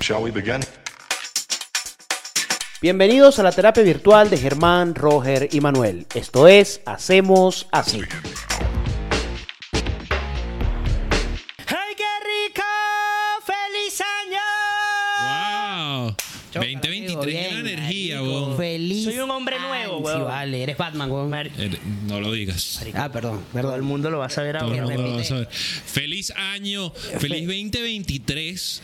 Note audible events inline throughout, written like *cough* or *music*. Shall we begin? Bienvenidos a la terapia virtual de Germán, Roger y Manuel. Esto es Hacemos Así. ¡Ay, qué rico! ¡Feliz año! ¡Wow! Amigo, 2023 bien, era energía, marico. weón. Feliz. Soy un hombre año, nuevo, sí, weón. vale, eres Batman, weón. Marico, Er- No lo digas. Ah, perdón, Todo el perdón. mundo lo va a saber Todo el ahora. mundo lo va a repite. saber. Feliz año, feliz 2023.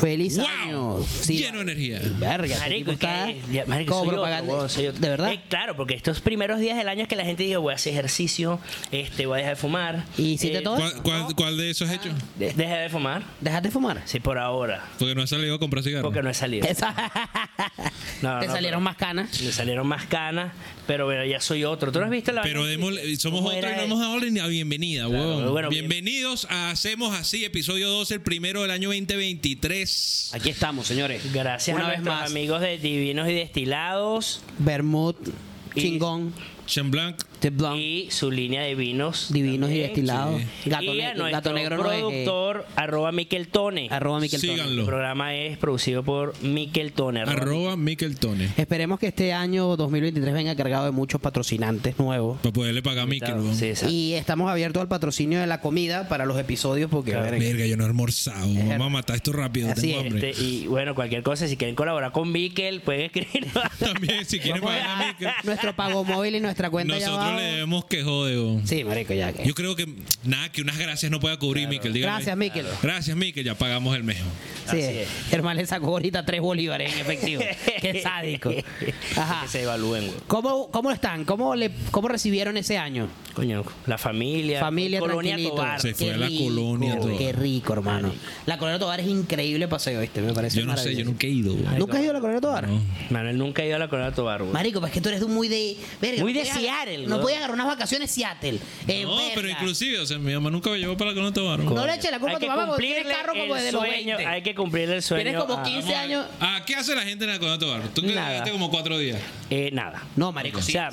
Feliz ¡Wow! año. Lleno de energía. Verga, este tipo Marico, está que- ya, marico, como soy otro, propaganda. weón, soy otro. ¿De verdad? Eh, claro, porque estos primeros días del año es que la gente dijo, voy a hacer ejercicio, este, voy a dejar de fumar. ¿Y hiciste todo? ¿Cuál, cuál, cuál de esos has hecho? de- Dejé de fumar. ¿Dejaste de fumar? Sí, por ahora. Porque no has salido a comprar cigarros. Porque no he salido. Esa- No, Te no, salieron pero- más canas. Me salieron más canas, pero bueno, ya soy otro. ¿Tú no has visto la Pero vaina? démosle- somos ¿Cómo otros era y no el- hemos dado ni la bienvenida, Claro, weón. bueno, bien- Bienvenidos a Hacemos Así, episodio 12, el primero del año 2023. Aquí estamos, señores. Gracias Una a vez nuestros más. amigos de Divinos y Destilados Vermut, Y- chingón, Chamblanc, The Blanc, y su línea de vinos. Ah. divinos y también. destilados. Gato, y ne- a nuestro gato negro no es. eh, productor, arroba Miquel Tone. arroba Miquel Toro. Síganlo. El programa es producido por Miquel Tone. arroba arroba Miquel Tone. Esperemos que este año 2023 venga cargado de muchos patrocinantes nuevos. Para poderle pagar a Miquel, Destilados. weón. Sí, exacto. Y estamos abiertos al patrocinio de la comida para los episodios porque Claro. verga, Verga, yo no he almorzado. Vamos a matar esto rápido. Así tengo es, hambre. Este, y bueno, cualquier cosa, si quieren colaborar con Miquel, pueden *laughs* escribir. También, si quieren Vamos a pagar a Miquel. dejar nuestro pago móvil y nuestra *laughs* cuenta allá Nosotros abajo. le debemos que jode, weón. Sí, marico, ya. que- Yo creo que nada, que unas gracias no pueda cubrir, Miquel. dígame. Gracias, Miquel. Gracias, Miquel. Ya pagamos el mejor. Así Sí, es. Germán le sacó ahorita tres bolívares en *laughs* efectivo. Qué sádico. Ajá. que se evalúen, güey. ¿Cómo, ¿Cómo están? ¿Cómo, le, ¿Cómo recibieron ese año? Coño, la familia. Familia, Colonia tranquilito. Tobar. Sí. Se fue a la colonia Tobar. Qué rico, hermano. La colonia Tobar es increíble paseo, ¿viste? Me parece Yo no sé, yo maravilloso. nunca he ido. weón. ¿Nunca has ido a la colonia Tobar? No. Manuel nunca ha ido a la Colonia Tobar, güey. Marico, pues es que tú eres de un muy de... verga, Muy no de podías- Seattle, No weón. podías agarrar unas vacaciones Seattle. Eh, No, verga. pero inclusive, o sea, mi mamá nunca me llevó para la Colonia Tobar. weón. No le eches la culpa Hay a tu que mamá porque tienes cumplirle carro como el desde los sueño, 20. Hay que cumplir el sueño. Tienes como a- 15 años... Ah, ¿qué hace la gente en la Colonia Tobar? Tú que Nada. llegaste como cuatro días. Eh, nada. No, marico, O sí. sea,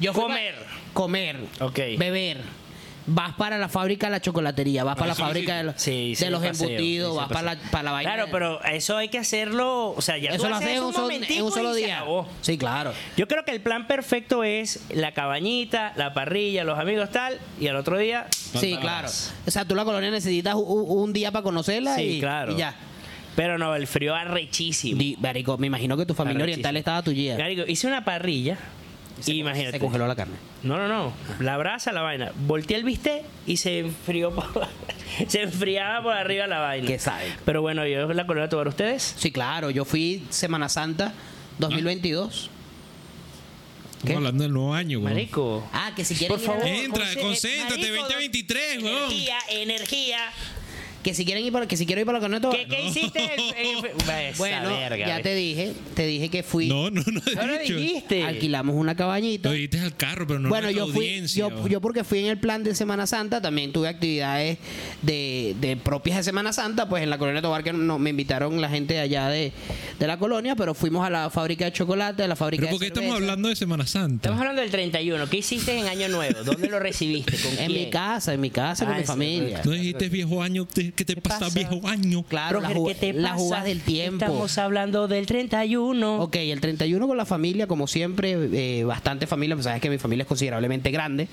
Yo fui comer. pa- comer. Ok. Beber. Vas para la fábrica de la chocolatería, vas para la eso fábrica de sí. los, Ah, Sí, sí, de los paseo, embutidos, sí, vas paseo. para la, para la vaina. Claro, de- pero eso hay que hacerlo. O sea, ya tú eso lo haces haces en un, un solo- momentico en un solo y se día. acabó. Sí, claro. Yo creo que el plan perfecto es la cabañita, la parrilla, los amigos tal, y al otro día. Sí, claro. O sea, tú la colonia necesitas u- u- un día para conocerla Sí, y, claro. y ya. Pero no, el frío arrechísimo. Di- marico, me imagino que tu familia Arrechísimo. oriental estaba tuya. Marico, hice una parrilla. Se- imagínate. Se congeló la carne. No, no, no. La brasa, la vaina. Volteé el bistec y se enfrió. por- *laughs* se enfriaba por arriba la vaina. Qué sádico. Pero bueno, yo la colonia tobar ustedes. Mm. Sí, claro. Yo fui Semana Santa 2022. ¿Qué? Estamos hablando del nuevo año, weón. Marico. Ah, que si quieren Por ir a- eh, favor. Entra, Conce- concéntrate, marico, 2023, weón. Energía, energía. que si quieren ir para que si quiero ir para la colonia Tobar. ¿Qué, qué *laughs* hiciste? Eh, Bueno, ya te dije, te dije que fui No, no, no he No lo dicho. dijiste. alquilamos una cabañita. Lo dijiste al carro, pero no bueno, a la yo fui, audiencia. yo, weón. yo porque fui en el plan de Semana Santa, también tuve actividades de, de propias de Semana Santa, pues en la colonia Tobar que no, me invitaron la gente de allá de, de la colonia, pero fuimos a la fábrica de chocolate, a la fábrica Pero de ¿por qué estamos cerveza. hablando de Semana Estamos Santa? hablando del 31. ¿Qué hiciste en Año Nuevo? ¿Dónde lo recibiste? ¿Con *laughs* En quién? mi casa, en mi casa, Ah, con mi sí, familia. No dijiste viejo año, ¿qué te pasa, viejo año? Claro, las Roger, ju- ¿qué te las pasa? jugadas del tiempo. Estamos hablando del 31. Ok, el 31 con la familia, como siempre, eh, bastante familia, pues sabes que mi familia es considerablemente grande.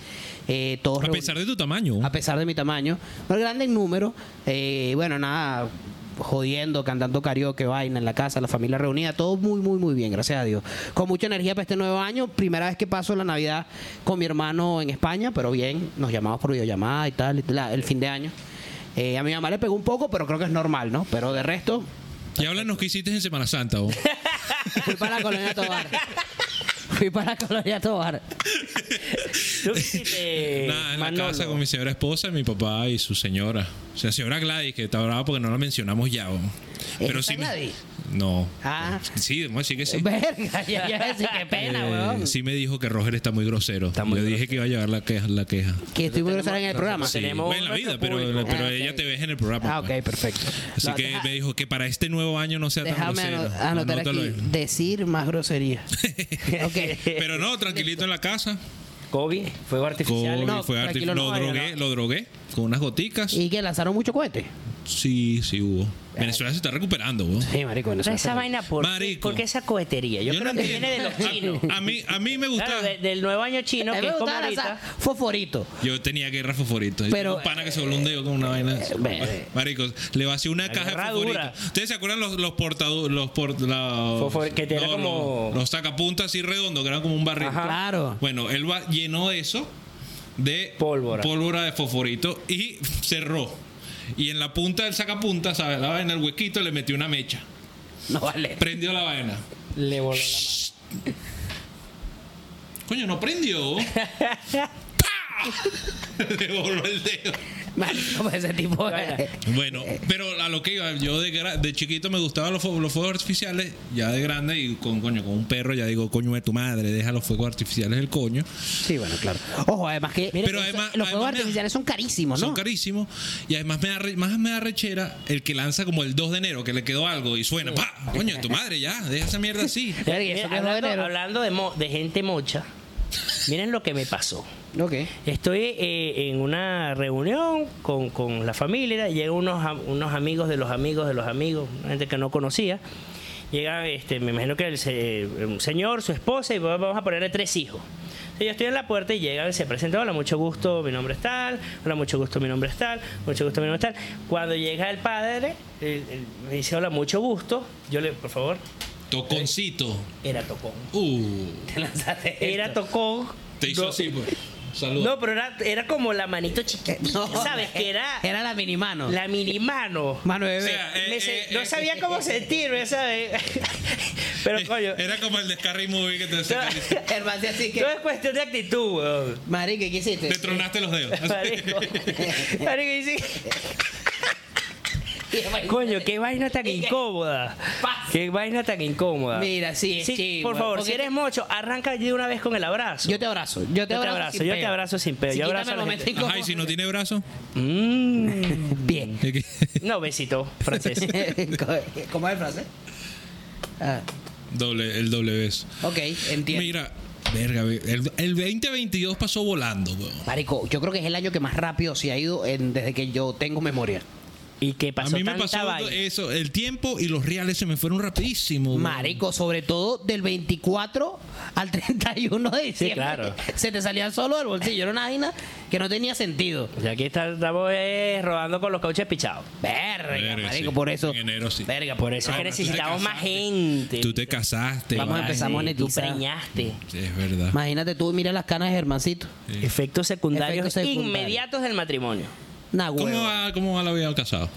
Eh, todos A reunidos. pesar de tu tamaño. weón. a pesar de mi tamaño. No es grande en número. eh, bueno, nada, jodiendo, cantando karaoke, vaina en la casa, la familia reunida, todo muy, muy, muy bien, gracias a Dios. Con mucha energía para este nuevo año. Primera vez que paso la Navidad con mi hermano en España, pero bien, nos llamamos por videollamada y tal, y la- el fin de año. Eh, a mi mamá le pegó un poco, pero creo que es normal, ¿no? Pero de resto, Y háblanos qué hiciste en Semana Santa. weón. fui para la colonia *laughs* Tobar. Fui para la colonia Tobar. ¿Tú qué *laughs* hiciste, Nada, en Manolo? la casa con mi señora esposa, mi papá y su señora. O sea, señora Gladys, que está brava porque no la mencionamos ya. weón. Pero ¿Está sí me- Gladys? No. Ah. Sí, vamos a decir que sí. Verga, ya iba a decir, qué pena, Eh, weón. sí me dijo que Roger está muy grosero. muy Yo dije que iba a llevar la queja. La queja. Que estoy muy grosera en el programa. Sí, Tenemos bueno, en la vida, nuestro pero, público. pero Ah, ella ok. te ves en el programa. Ah, ok, pues. perfecto. Así No, que deja- me dijo que para este nuevo año no sea tan déjame grosero. ano- anotar Anótalo aquí. *laughs* ahí. Decir *laughs* más grosería. ok. Pero no, tranquilito en la casa. Kobe, fuego artificial. Con- No, fue arti- tranquilo, lo no, drogué, no. lo drogué con unas goticas. Y que lanzaron mucho cohete. Sí, sí hubo. Venezuela se está recuperando, weón. Sí, marico, O sea, Venezuela. esa vaina, ¿por, qué, Marico. por qué esa cohetería? Yo, Yo creo no que viene de los *laughs* entiendo. chinos. A, a mí, a mí me gusta. Ah, Claro, de- del nuevo año chino, A mí que me es como gustaba la ahorita. sa- Fosforito. Yo tenía guerra favorita. Pero, Pero, un pana que se voló un dedo con una vaina. eh, ve. Maricos, le vació una La caja de guerra favorita. dura. ¿Ustedes se acuerdan los, los portadores? Los port- la- Fosfor- que tenía como- Los, los sacapuntas así redondos, que eran como un barril. Ajá. Claro. Bueno, él va- llenó eso de Pólvora. pólvora de fosforito y cerró. Y en la punta del sacapunta, ¿sabes? La vaina, el huequito, le metió una mecha. No vale. Prendió la vaina. Le voló la Coño, *laughs* no prendió. ¡Pah! *laughs* Le voló el dedo. Marico, pues ese tipo. Vaya. Bueno, pero a lo que iba, yo de, gra- de chiquito me gustaban los, fuegos- los fuegos artificiales, ya de grande y con coño, con un perro ya digo, coño de tu madre, deja los fuegos artificiales del coño. Sí, bueno, claro. Ojo, además que. Pero eso- además- los juegos además me- artificiales son carísimos, ¿no? Son carísimos y además me da, re- más me da rechera el que lanza como el 2 de enero, que le quedó algo y suena, ¡pa! Coño de tu madre, ya, deja esa *laughs* mierda así. Verga, mano. Mira, eso que es de hablando enero. hablando de, mo- de gente mocha, miren lo que me pasó. Ok. Estoy eh, en una reunión con, con la familia, llegan unos, am- unos amigos de los amigos de los amigos, gente que no conocía. Llega, este, me imagino que el, se- un señor, su esposa, y va- vamos a ponerle tres hijos. Entonces, yo estoy en la puerta y llegan, se presentan, hola, mucho gusto, mi nombre es tal, hola, mucho gusto, mi nombre es tal, mucho gusto, mi nombre es tal. Cuando llega el padre, él- él me dice, hola, mucho gusto, yo le, por favor, Toconcito. era tocón. Uh, *laughs* Era tocón. te hizo No, así, pues. Saludos. No, pero era, era como la manito *laughs* chiquitita, ¿sabes? Que era... *laughs* Era la minimano. La mini mano. mano bebé. O sea, eh, Me se- eh, no eh, sabía eh, cómo eh, sentirme, ¿sabes? *laughs* Pero eh, coño. Era como el descarry movie que te No, *laughs* El man decía así que. no es cuestión de actitud, *laughs* weón. Marico, ¿qué hiciste? Te tronaste los dedos. *laughs* Marico. Marico, y sí. Coño, qué vaina tan incómoda. Pasa. Qué vaina tan incómoda. Mira, sí, es sí chimbo, Por favor, si porque- eres mocho, arranca de una vez con el abrazo. Yo te abrazo. Yo te Yo te abrazo. abrazo, sin yo peo. te abrazo sin peo, Sí, yo quítame abrazo a la el gente. momentico. Ajá, y si no tiene brazo. Mm. Bien. No, besito, francés. *laughs* ¿Cómo es el frase? Ah, *laughs* Doble, el doble beso. ok, entiendo. Mira, verga, ve- el, el 2022 pasó volando, weón. Marico, yo creo que es el año que más rápido se ha ido en- desde que yo tengo memoria. *laughs* ¿Y qué A pasó? mí me tanta pasó eh. vaina. eso, el tiempo y los reales se me fueron rapidísimo. weón. Marico, sobre todo del 24 al 31 de diciembre. claro. Se te salía solo del bolsillo. Era una vaina que no tenía sentido. Y aquí está- estamos eh, rodando con los cauches pichados. Verga, Verga, marico, sí. por eso. En enero sí. Verga, Por eso es que Ahora, tú te necesitamos más casaste. gente. Tú te casaste. Vamos a vale. empezar a monetizar. Tú preñaste. Sí, es verdad. Imagínate tú, mira las canas de Germancito. Efectos secundarios Efectos secundarios. inmediatos del matrimonio. Nah, ¿Cómo huevo. Eh. va, ¿Cómo va la vida del casado?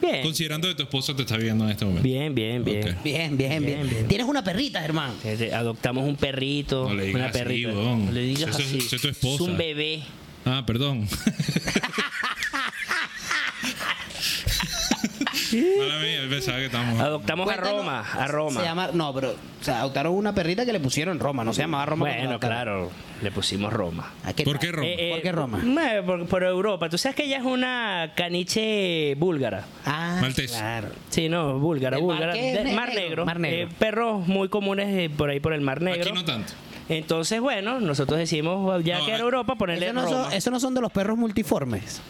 Bien. Considerando que tu esposa te está viendo en este momento. Bien, bien, bien. Ok. Bien, bien, bien, Bien, bien. Tienes una perrita, Germán. Este, Adoptamos un perrito, No le digas una así, perrita. weón. No le digas Eso es- así. eso es tu esposa. un bebé. Ah, *laughs* perdón. Mala mía, pensaba que estábamos. Adoptamos a Cuéntanos, Roma, a Roma. Se llama, no, pero o sea, adoptaron una perrita que le pusieron Roma, no se llamaba Roma. cuando bueno, la adoptaron. claro, le pusimos Roma. ¿A qué ¿Por tal? Eh, qué Roma? ¿Por qué Roma? no, por, por Europa. Tú sabes que ella es una caniche búlgara. Ah, Maltés. claro. Sí, no, búlgara, ¿Del mar búlgara. qué? Del Negro, Mar Negro. Mar Negro. Eh, perros muy comunes eh, por ahí por el Mar Negro. Aquí no tanto. Entonces, bueno, nosotros decimos, ya No, que era eh, Europa, ponerle Esos no, Roma. son, esos no son de los perros multiformes,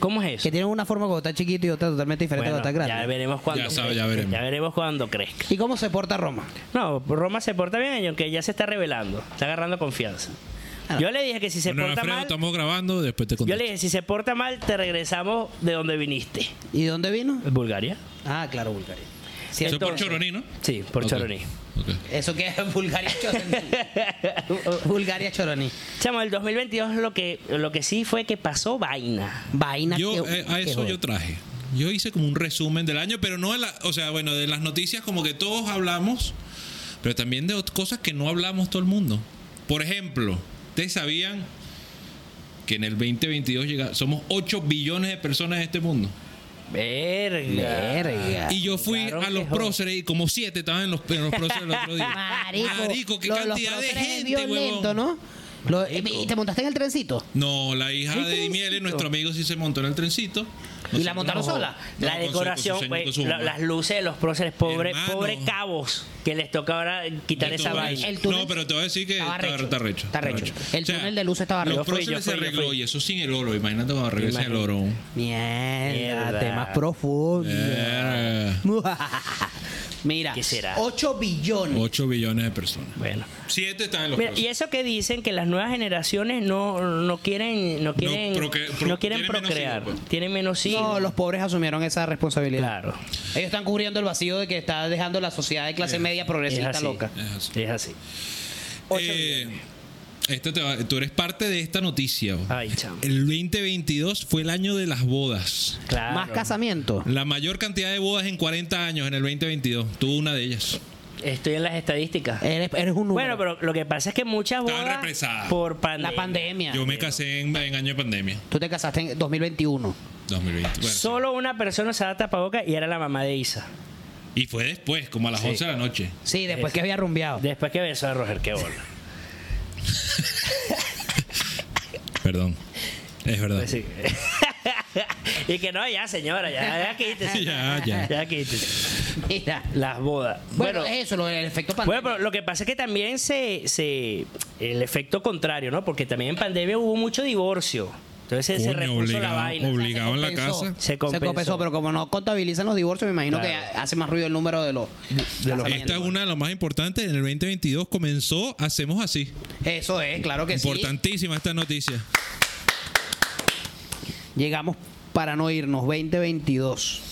¿Cómo es que eso? tienen una forma cuando está chiquito y otra totalmente diferente Bueno, cuando está ya grande. veremos cuando Ya sabe, ya veremos. ya veremos cuando crezca. ¿Y cómo se porta Roma? No, Roma se porta bien, y aunque ya se está revelando, está agarrando confianza. Ah. Yo le dije que si se Bueno, porta Alfredo, mal, estamos grabando, después te yo contesto. le dije, si se porta mal, te regresamos de donde viniste. ¿Y de dónde vino? Bulgaria. Ah, claro, Bulgaria. Sí, Eso es por entonces- Choroní, ¿no? Sí, por Ok. Choroní. Ok. ¿Eso qué es *laughs* Bulgaria Choroní? Bulgaria Choroní. Chamo, el 2022 lo que, lo que sí fue que pasó vaina. Vaina Yo, que- eh, a que eso yo joder. traje. Yo hice como un resumen del año, pero no de la, o sea, bueno, de las noticias como que todos hablamos, pero también de ot- cosas que no hablamos todo el mundo. Por ejemplo, ¿ustedes sabían que en el 2022 llega, somos 8 billones de personas en este mundo? Verga. Verga. Y yo fui Claro a que los joda. próceres y como siete estaban en los, en los próceres el otro día. Marico, Marico, qué lo de los cantidad de próceres es gente, violento, huevón. ¿no? Lo- eh, ¿Y te montaste en el trencito? No, la hija ¿El de Dimiele, trencito? nuestro amigo, sí se montó en el trencito. ¿Y la montaron sola? No, la con su- con su decoración, señor- güey, con su la- mamá. las luces de los próceres, pobre, Hermano. pobre cabos que les toca ahora quitar Yo esa tuve- vaina. El túnel no, pero te voy a decir que estaba está recho. recho. Está recho. Está recho. El túnel de luz estaba recho. Los Yo fui, próceres yo se fui, yo arregló fui. y eso sin el oro. Imagínate cuando regrese el Imagínate. oro. Mierda, Mierda. temas profundos. Eh, Mira, ¿Qué será? 8 billones. 8 billones de personas. Bueno. 7 están en los Mira, y próceres. eso que dicen que las nuevas generaciones no, no quieren no quieren no, procre- pro- quieren tienen menos procrear, hijos, pues. tienen menos hijos. No, los pobres asumieron esa responsabilidad. Claro. Ellos están cubriendo el vacío de que está dejando la sociedad de clase media Es progresista así. loca. Es así. Es así. Eh, esta te va- tú eres parte de esta noticia. bo. Ay, chamo. El 2022 fue el año de las bodas. Claro. Más casamiento. La mayor cantidad de bodas en 40 años en el 2022. Tuvo una de ellas. Estoy en las estadísticas. Eres, eres un número. Bueno, pero lo que pasa es que muchas Estaban bodas represadas. por pandemia, la pandemia. Yo me casé en, en año de pandemia, Tú te casaste en 2021. 2020. Bueno, sí. Solo una persona se da tapabocas y era la mamá de Isa. Y fue después, como a las 11 de la noche. Sí, después que había rumbeado. Después que besó a Roger, qué *laughs* bola. Perdón. Es verdad. Pues Sí. *laughs* y que no, ya señora, ya, ya quítese. *laughs* *laughs* Ya, ya. quítese. *laughs* Mira. Las bodas. Bueno, eh, eso, lo del efecto Bueno, pandemia. pero lo que pasa es que también se, se el efecto contrario, ¿no? Porque también en pandemia hubo mucho divorcio. Entonces se Coño, repuso la obligado, vaina. obligado en la compensó. casa. Se compensó. pero como no contabilizan los divorcios, me imagino Claro. que hace más ruido el número de los. de los- Esta es una de las más importantes. En el 2022 comenzó Hacemos Así. Eso es, claro que Importantísima esta noticia. sí. Llegamos para no irnos, 2022.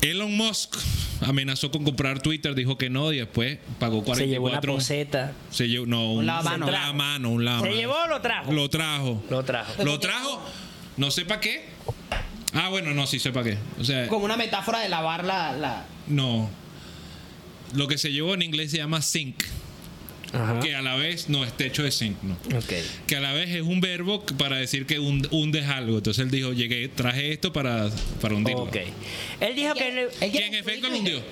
Elon Musk amenazó con comprar Twitter, dijo que no, y después pagó 44. se llevó una poseta. Se llevó- no, Un lavamano. un lavamano, un lavamano. ¿Se llevó o lo trajo? Ah, Lo trajo. Lo trajo. Lo trajo, no sé para qué. Ah, bueno, no, sí sé para qué. O sea, Como una metáfora de lavar la. la- no. Lo que se llevó en inglés se llama sink, Ah. Ajá. que a la vez no es techo de sink, no. Ok. Que a la vez es un verbo que- para decir que hun- hundes algo. Entonces él dijo, llegué, traje esto para, para hundirlo. Ok. Él dijo que. Él Que quiere en construir efecto lo Twitter. hundió.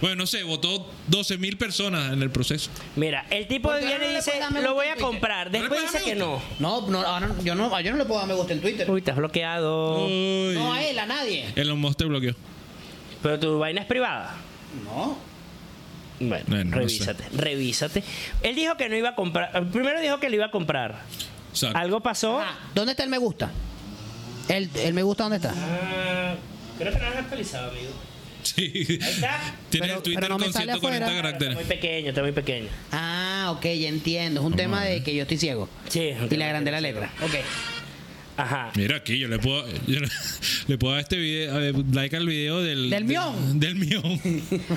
Bueno, no sé, votó 12 mil personas en el proceso. Mira, el tipo ¿Por qué viene no y le dice: puedes dar me Lo voy gusta en a Twitter? comprar. le Después puedes dice que dar me no. No, no, ahora yo no, yo no le puedo dar me gusta en Twitter. Uy, estás Oh. bloqueado. Uy. No a él, a nadie. Elon Musk te bloqueó. Pero tu vaina es privada. No. Bueno, Bueno, no revísate, revísate. Él dijo que no iba a comprar. Primero dijo que lo iba a comprar. Exacto. Algo pasó. Ah, ¿Dónde está el me gusta? El, el me gusta, ¿dónde está? Ah, creo que no has actualizado, amigo. Sí. está. Tiene Pero- el Twitter pero no me con sale 140 afuera. caracteres. Muy pequeño, está muy pequeño. Ah, ok, ya entiendo. Es un tema de que yo estoy ciego. Sí, es un Y tema le agrandé que la yo letra. Ok. Ajá. Mira aquí, yo le puedo, yo le, *laughs* le puedo dar este video, eh, like al video del Del mion. Del *laughs* mion.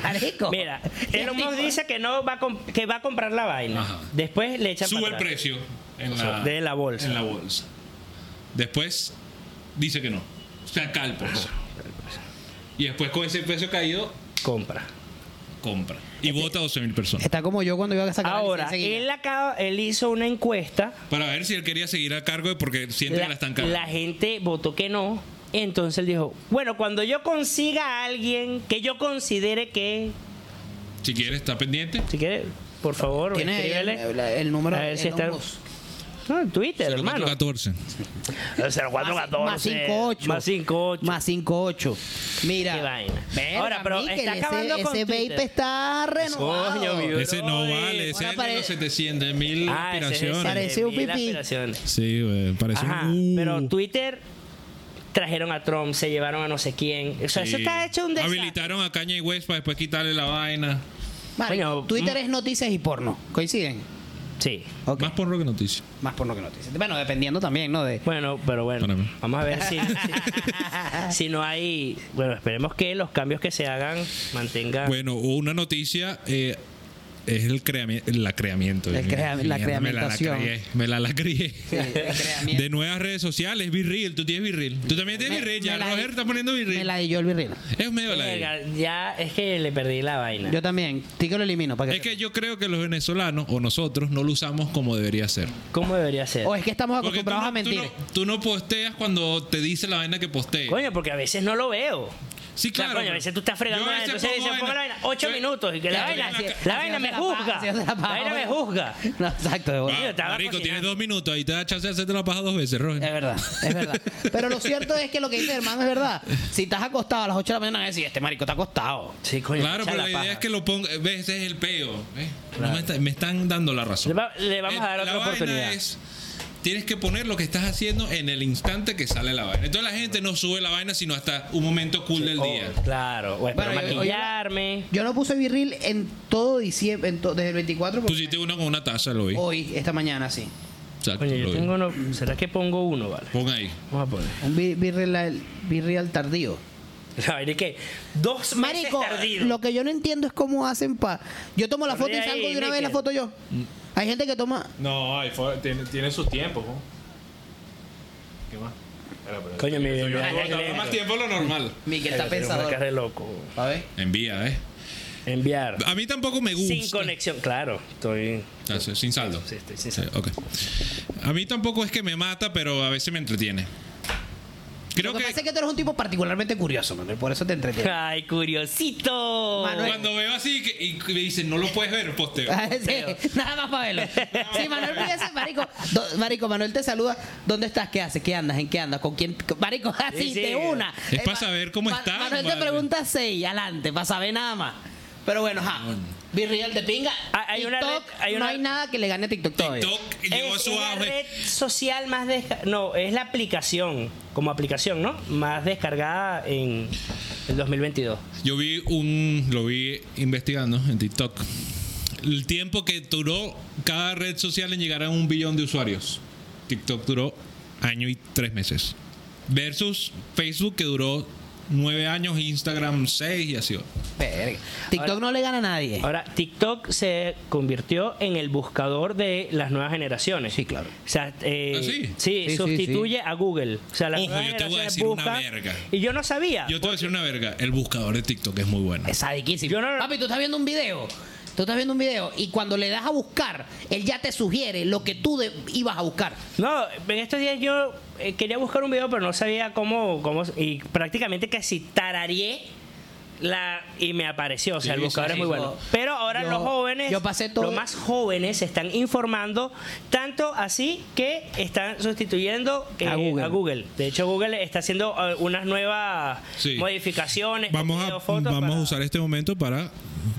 Marico. *laughs* Mira, Elon Musk dice que no va a comp- que va a comprar la vaina. Ajá. Después le echan Sube para el atrás. precio en Eso, la, de la bolsa. en la bolsa. Después dice que no. Se acá el precio. Ah, Y después con ese precio caído, Compra. compra. Y Este vota 12 mil personas. Está como yo cuando iba a sacar la Ahora, licencia en él, acaba- él hizo una encuesta. Para ver si él quería seguir a cargo de- porque siente que la están cagando. este la gente votó que no. Entonces él dijo, bueno, cuando yo consiga a alguien que yo considere que, Si quieres, está pendiente. si quiere, por favor, Tienes ahí el, escríbele. el- el número A ver si Elon está- Musk. No, en Twitter, hermano. 14. 0414. Más 58. Más 58. Más 58. Mira. Qué vaina. Verga, Ahora, pero Miquel, está acabando ese, con ese Twitter. vape está renovado. Coño, mi bro. Ese no vale, ese es el Ahora de pare- los 700 Ah, ese es mil el aspiraciones. Parece de un mil pipí. aspiraciones. Sí, güey, parece Ajá, un. uh. pero Twitter trajeron a Trump, se llevaron a no sé quién. O sea, eso está hecho un desastre. Habilitaron a Caña y West para después quitarle la vaina. Vale, Coño, Twitter mm. es noticias y porno. ¿Coinciden? Sí. Ok. Más porro que noticia. Más porno que noticias. Bueno, dependiendo también, ¿no? De... Bueno, pero bueno, Para mí. vamos a ver si, si- *laughs* si no hay. Bueno, esperemos que los cambios que se hagan mantengan. Bueno, una noticia eh, es el, creami- el lacreamiento. El crea- me la la creamentación. lacrié, Me la lacrié. Sí, de creamiento. De nuevas redes sociales, Virril. Tú tienes Virril. Tú también tienes Me- Virril. me Ya la- Roger está poniendo Me Virril. la di yo el virril. Es medio la Verga, Eh, ya es que le perdí la vaina. Yo también. Tí que lo elimino. Para que Es que yo creo que los venezolanos o nosotros no lo usamos como debería ser. ¿Cómo debería ser? O es que estamos Porque tú acostumbrados no- a mentir. Tú no, tú no posteas cuando te dice la vaina que postees. Coño, porque a veces no lo veo. Sí, O sea, claro. coño, a veces tú estás fregando, Yo a nada, veces entonces se pongo ponga la vaina. vaina. Ocho Yo- minutos. y que la Claro, vaina, yo- la vaina me yo- juzga. yo- yo- La vaina me juzga. *laughs* No, exacto, de bola. Yo Ah, estaba marico, cocinando. tienes dos minutos. Ahí te da chance de hacerte la paja dos veces, Roger. Es Eh, verdad, es verdad. Pero lo cierto es que lo que dice hermano es verdad. Si estás acostado a las 8 de la mañana, decís, este marico está acostado. Sí, coño, Claro, echa pero la la idea paja. es que lo ponga. ¿Ves? Ese es el peo. ¿eh? No me, está- me están dando la razón. Le va- le vamos a dar Eh, la otra vaina oportunidad. es- tienes que poner lo que estás haciendo en el instante que sale la vaina. Entonces la gente no sube la vaina sino hasta un momento cool del Oh, día. Claro, bueno, Bueno, para yo- yo- maquillarme. Yo no puse virril en todo diciembre, en to- desde el 24 porque- Pusiste uno con una taza, lo vi. hoy, esta mañana, sí. Exacto, Coño, yo lo vi. tengo uno. ¿Será que pongo uno, vale? Pon ahí. Vamos a poner. *laughs* Un vi- virril, al- virril tardío. La vaina es que dos meses Marico, tardío. lo que yo no entiendo es cómo hacen pa. Yo tomo la Corre foto y ahí, salgo de una vez níquel. la foto yo. Hay gente que toma. No, ahí fue- tiene, tiene sus tiempos. ¿no? ¿Qué más? Espera, espera. Coño, mi- Eso mi- yo mi- no- mi- no, Más tiempo lo normal. Miguel está Pero una cara pensador. de loco. A ver. Envía, ¿eh? Enviar. A mí tampoco me gusta. Sin conexión. Claro, estoy. Ah, sí, sin saldo. Sí, estoy sin Sí, ok. A mí tampoco es que me mata, pero a veces me entretiene. Creo Lo que que, pasa es que tú eres un tipo particularmente curioso, Manuel. Por eso te entretienes. ¡Ay, curiosito! Manuel. cuando veo así que- y me dicen, no lo puedes ver, pues posteo. Ah, Sí, *laughs* nada más para verlo. Sí, Manuel Pugliese, marico, do- marico, Manuel te saluda. ¿Dónde estás? ¿Qué haces? ¿Qué andas? ¿En qué andas? ¿Con quién? Con- Marico, *laughs* así sí. de una. Es Eh, pa' Ma- saber cómo estás, Manuel te vale. pregunta seis, adelante, para saber nada más. Pero bueno, ja. Virreal de pinga. Ah, hay una TikTok, red- hay una- No hay nada que le gane TikTok todavía. TikTok llegó a es su la auge. red social más descargada. No, es la aplicación, como aplicación, ¿no? Más descargada en el 2022. Yo vi un, lo vi investigando en TikTok. El tiempo que duró cada red social en llegar a un billón de usuarios. TikTok duró año y tres meses. Versus Facebook que duró nueve años, Instagram seis y así. va. Verga. TikTok Ahora- no le gana a nadie. Ahora, TikTok se convirtió en el buscador de las nuevas generaciones. Sí, claro. O sea, eh, ¿Ah, sí? sí, Sí, sí, sustituye a Google. O sea, las Ojo, nuevas yo te voy a generaciones decir una buscan- verga. Y yo no sabía. Yo te voy a decir una verga, el buscador de TikTok es muy bueno. Es sadiquísimo. Yo no- Papi, tú estás viendo un video. Tú estás viendo un video y cuando le das a buscar, él ya te sugiere lo que tú de- ibas a buscar. No, en estos días yo eh, quería buscar un video, pero no sabía cómo, cómo y prácticamente casi tarareé la y me apareció, o sea, Sí, el buscador sí, es muy sí. bueno. Pero ahora Yo- los jóvenes, yo pasé todo- los más jóvenes se están informando tanto así que están sustituyendo eh, A a, Google. Google. De hecho, Google está haciendo eh, unas nuevas Sí. *laughs* modificaciones, Vamos a, contenido, fotos vamos para- a usar este momento para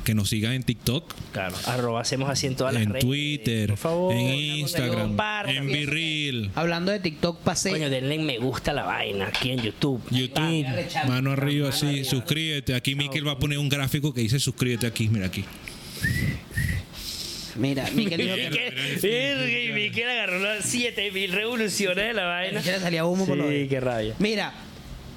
que nos sigan en TikTok, claro, arroba hacemos así en todas las en redes. Twitter, Por favor, en una cosa que Instagram, compartan. en Virril, Hablando de TikTok, pasé. Coño, denle me gusta a la vaina aquí en YouTube. YouTube, mano arriba así, suscríbete. Aquí Miquel va a poner un gráfico que dice suscríbete aquí, mira aquí. Mira, *laughs* Miguel dijo que Miquel, verga, y Miquel agarró las 7000 revoluciones de la vaina. Ya le salía humo por los Sí, oídos. qué rabia. Mira,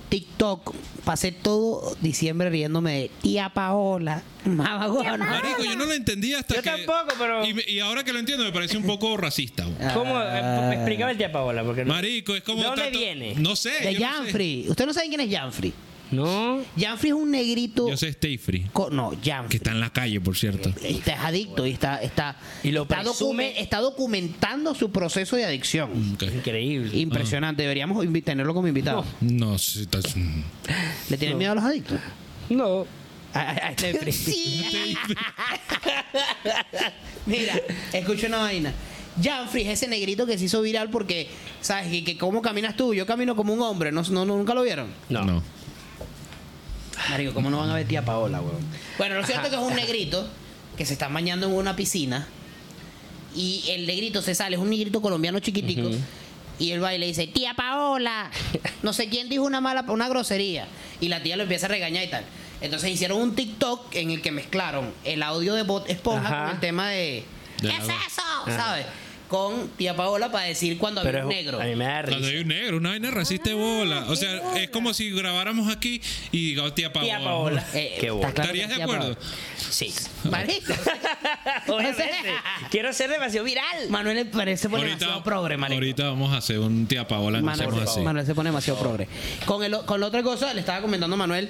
TikTok, pasé todo diciembre riéndome de tía Paola, *laughs* mamagona. Marico, yo no lo entendía hasta Ah, Yo que. tampoco, pero- Y, me- y ahora que lo entiendo, me parece *laughs* un poco racista. güey. ¿Cómo? Eh, Me explicaba el tía Paola. Porque no- Marico, es como. ¿De dónde tanto- viene? No sé. De yo no sé. Janfrey. Ustedes no saben quién es Janfrey. No. Janfrey es un negrito. Yo sé Stayfree, co- no, Janfrey. que está en la calle, por cierto. Este es adicto y está, está, Y lo está, presume. está documentando su proceso de adicción. Ok. Increíble. Impresionante, deberíamos invi- tenerlo como invitado. No sé. estás- ¿Le tienen miedo a los adictos? No. A- a- a este frío. *laughs* Mira, escucha una vaina. Janfrey es ese negrito que se hizo viral porque, ¿sabes? Que, que cómo caminas tú, yo camino como un hombre, no, no, nunca lo vieron. No. *laughs* no. Marico, ¿cómo no van a ver tía Paola, weón? Bueno, lo cierto es que es un negrito que se está bañando en una piscina y el negrito se sale, es un negrito colombiano chiquitico y él va y le dice, tía Paola, no sé quién dijo una mala, una grosería y la tía lo empieza a regañar y tal. Entonces hicieron un TikTok en el que mezclaron el audio de Bot Esponja Ajá. con el tema de, De ¿qué la es voz. eso? ¿Sabes? Con tía Paola para decir cuando había Pero es un negro. A mí me da Cuando risa. hay un negro, una Ah, vaina racista de bola. O sea, es como si grabáramos aquí y diga, tía Paola. Tía Paola. Eh, qué está bueno. claro *laughs* que ¿Estarías es de tía acuerdo? Paola. Sí. *laughs* Marico. *laughs* Obviamente. Quiero ser demasiado viral. Manuel le parece por demasiado progre, marico. ahorita vamos a hacer un tía Paola, no Manuel, hacemos así. Manuel se pone demasiado progre. Con, el, o- con la otra cosa, le estaba comentando a Manuel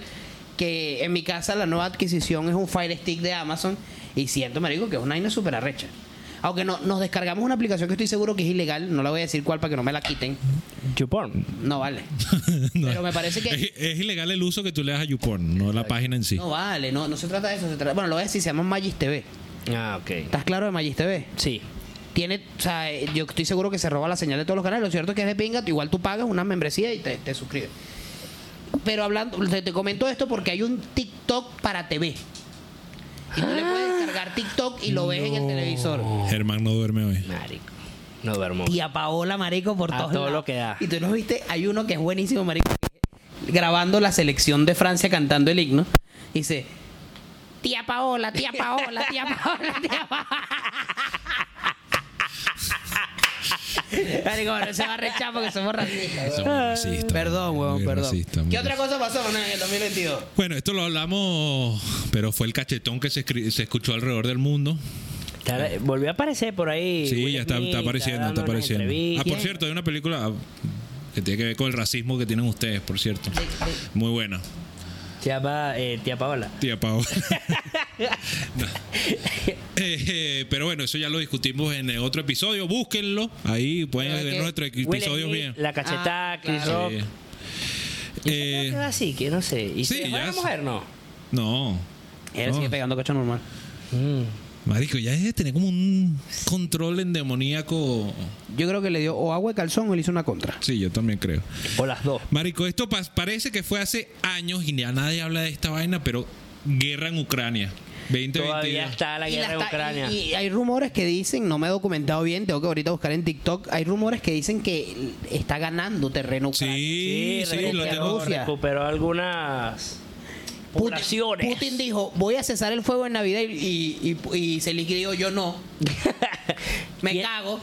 que en mi casa la nueva adquisición es un Fire Stick de Amazon y siento, marico, que es una vaina súper arrecha. Aunque no, nos descargamos una aplicación que estoy seguro que es ilegal. No la voy a decir cuál para que no me la quiten. YouPorn. No vale. *laughs* No. Pero me parece que- Es, es ilegal el uso que tú le das a YouPorn, no la página en sí. No vale. No, no se trata de eso. se trata- bueno, lo voy a decir. Se llama Magis TV. Ah, ok. ¿Estás claro de Magis TV? Sí. Tiene, o sea, eh, yo estoy seguro que se roba la señal de todos los canales. Lo cierto es que es de pinga. Igual tú pagas una membresía y te, te suscribes. Pero hablando, te, te comento esto porque hay un TikTok para TV. Y tú le puedes descargar TikTok y lo ves en el televisor. Germán no duerme hoy. Marico. No duermo. Tía Paola, marico, por A todos todo lados. lo que da. Y tú no viste, hay uno que es buenísimo, marico, que es grabando la selección de Francia cantando el himno. Dice, tía Paola, tía Paola, tía *laughs* Paola, tía Paola. marico, pero se va a rechazar porque somos racistas. Eso es weón. muy racista, Ah, Perdón, muy weón, perdón. racista, muy ¿Qué otra cosa pasó man, en el 2022? Bueno, esto lo hablamos, pero fue el cachetón que se, escri- se escuchó alrededor del mundo. Está- volvió a aparecer por ahí. Sí, Will ya está, Smith, está apareciendo, está dando unas apareciendo. Ah, entrevistas. por cierto, hay una película ah, que tiene que ver con el racismo que tienen ustedes, por cierto. Muy buena. Tía, Pa- eh, tía Paola. Tía Paola. *laughs* No. Eh, eh, pero bueno, eso ya lo discutimos en el otro episodio. Búsquenlo. Ahí pueden Pero es ver que nuestro Will episodio Smith, bien. La cachetada, Ah, Chris claro. Rock. Eh, Creo eh, que va así, que no sé. ¿Y sí, si dejó ya la es- mujer? No. no. Él Oh. sigue pegando cacho normal. Mm. Marico, ya es de tener como un control endemoníaco. Yo creo que le dio o agua de calzón o le hizo una contra. Sí, yo también creo. O las dos. Marico, esto pa- parece que fue hace años y ya nadie habla de esta vaina, pero guerra en Ucrania. 2022. Todavía está la Y guerra la en está- Ucrania. Y, y hay rumores que dicen, no me he documentado bien, tengo que ahorita buscar en TikTok. Hay rumores que dicen que está ganando terreno Ucrania. Sí, sí, recuperó- lo recuperó tengo. Rusia. recuperó algunas Putin- poblaciones. *laughs* Putin dijo, voy a cesar el fuego en Navidad y, y, y Zelensky dijo, yo no. Me Y- cago.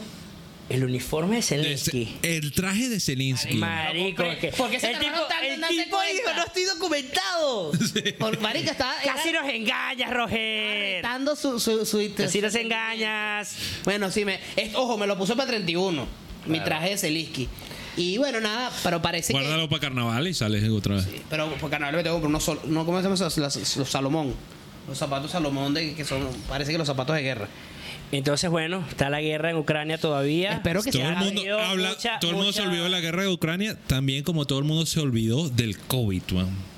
El uniforme de Zelensky. Ese- El traje de Zelensky. Marico, Porque- es que porque se el tipo, tardaron tanto el en darse tipo cuenta. dijo, "No estoy documentado. Por marica está Casi nos engañas, Roger. dando su, su, su- Casi nos engañas. Bueno, sí, me, es- ojo, me lo puso para 31. Mi traje de Zelensky. Y bueno, nada, pero parece que... Guárdalo para carnaval y sales otra vez. Pero por carnaval me tengo que comprar unos sol- no, ¿cómo se llama eso? Las- los Salomón. Los zapatos Salomón de que son parece que los zapatos de guerra. Entonces, bueno, está la guerra en Ucrania todavía. Espero que Todo sea el mundo habido habla, mucha- todo el mundo se mucha- olvidó de la guerra de Ucrania, también como todo el mundo se olvidó del COVID, weón.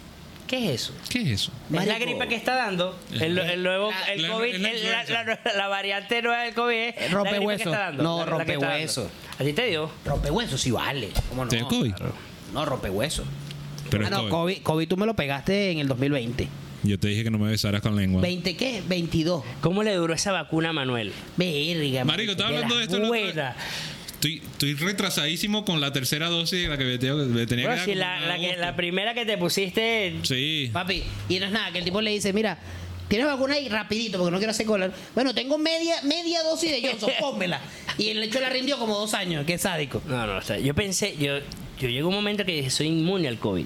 ¿Qué es eso? ¿Qué es eso? Es la Marico. gripa que está dando. El, el nuevo, La- el la- COVID, es la el- la, influenza. la- la variante nueva del COVID es. la Rompe gripa que hueso. está dando, No, la- la que está dando. rompehueso. ¿A ti te dio? Rompehuesos sí vale. ¿Cómo no? ¿Te dio COVID? No, rompehuesos. Pero ah, es no, COVID. COVID, COVID tú me lo pegaste en el 2020. Yo te dije que no me besaras con lengua. ¿20 qué? 22. ¿Cómo le duró esa vacuna a Manuel? Verga. Marico, estaba hablando de esto. la otra vez. Buena. Estoy, estoy retrasadísimo con la tercera dosis de la que me tengo- me tenía Bueno, que si la, dar como en la que- la agosto. primera que te pusiste. Sí. Papi, y no es nada, que el tipo le dice, mira, tienes vacuna ahí rapidito, porque no quiero hacer cola. Bueno, tengo media, media dosis de Johnson, pónmela. Y el hecho la rindió como dos años, qué sádico. No, no, o sea, yo pensé, yo, yo llegó un momento que dije, soy inmune al COVID.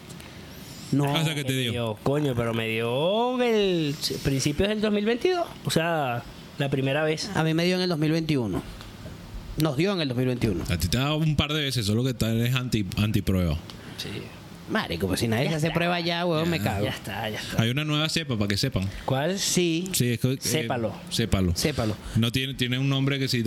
No. Hasta Ah, que te Me dio. dio, coño, pero me dio el principios del 2022. O sea, la primera vez. A mí me dio en el 2021. Nos dio en el 2021. A ti te ha dado un par de veces, solo que tal es anti, antiprueba. Sí. Marico, pues si nadie se hace prueba ya, weón, me cago. Ya está, ya está. Hay una nueva cepa, para que sepan. ¿Cuál? Sí, Sí, es que, eh, Sépalo. sépalo. sépalo. No tiene, tiene un nombre que si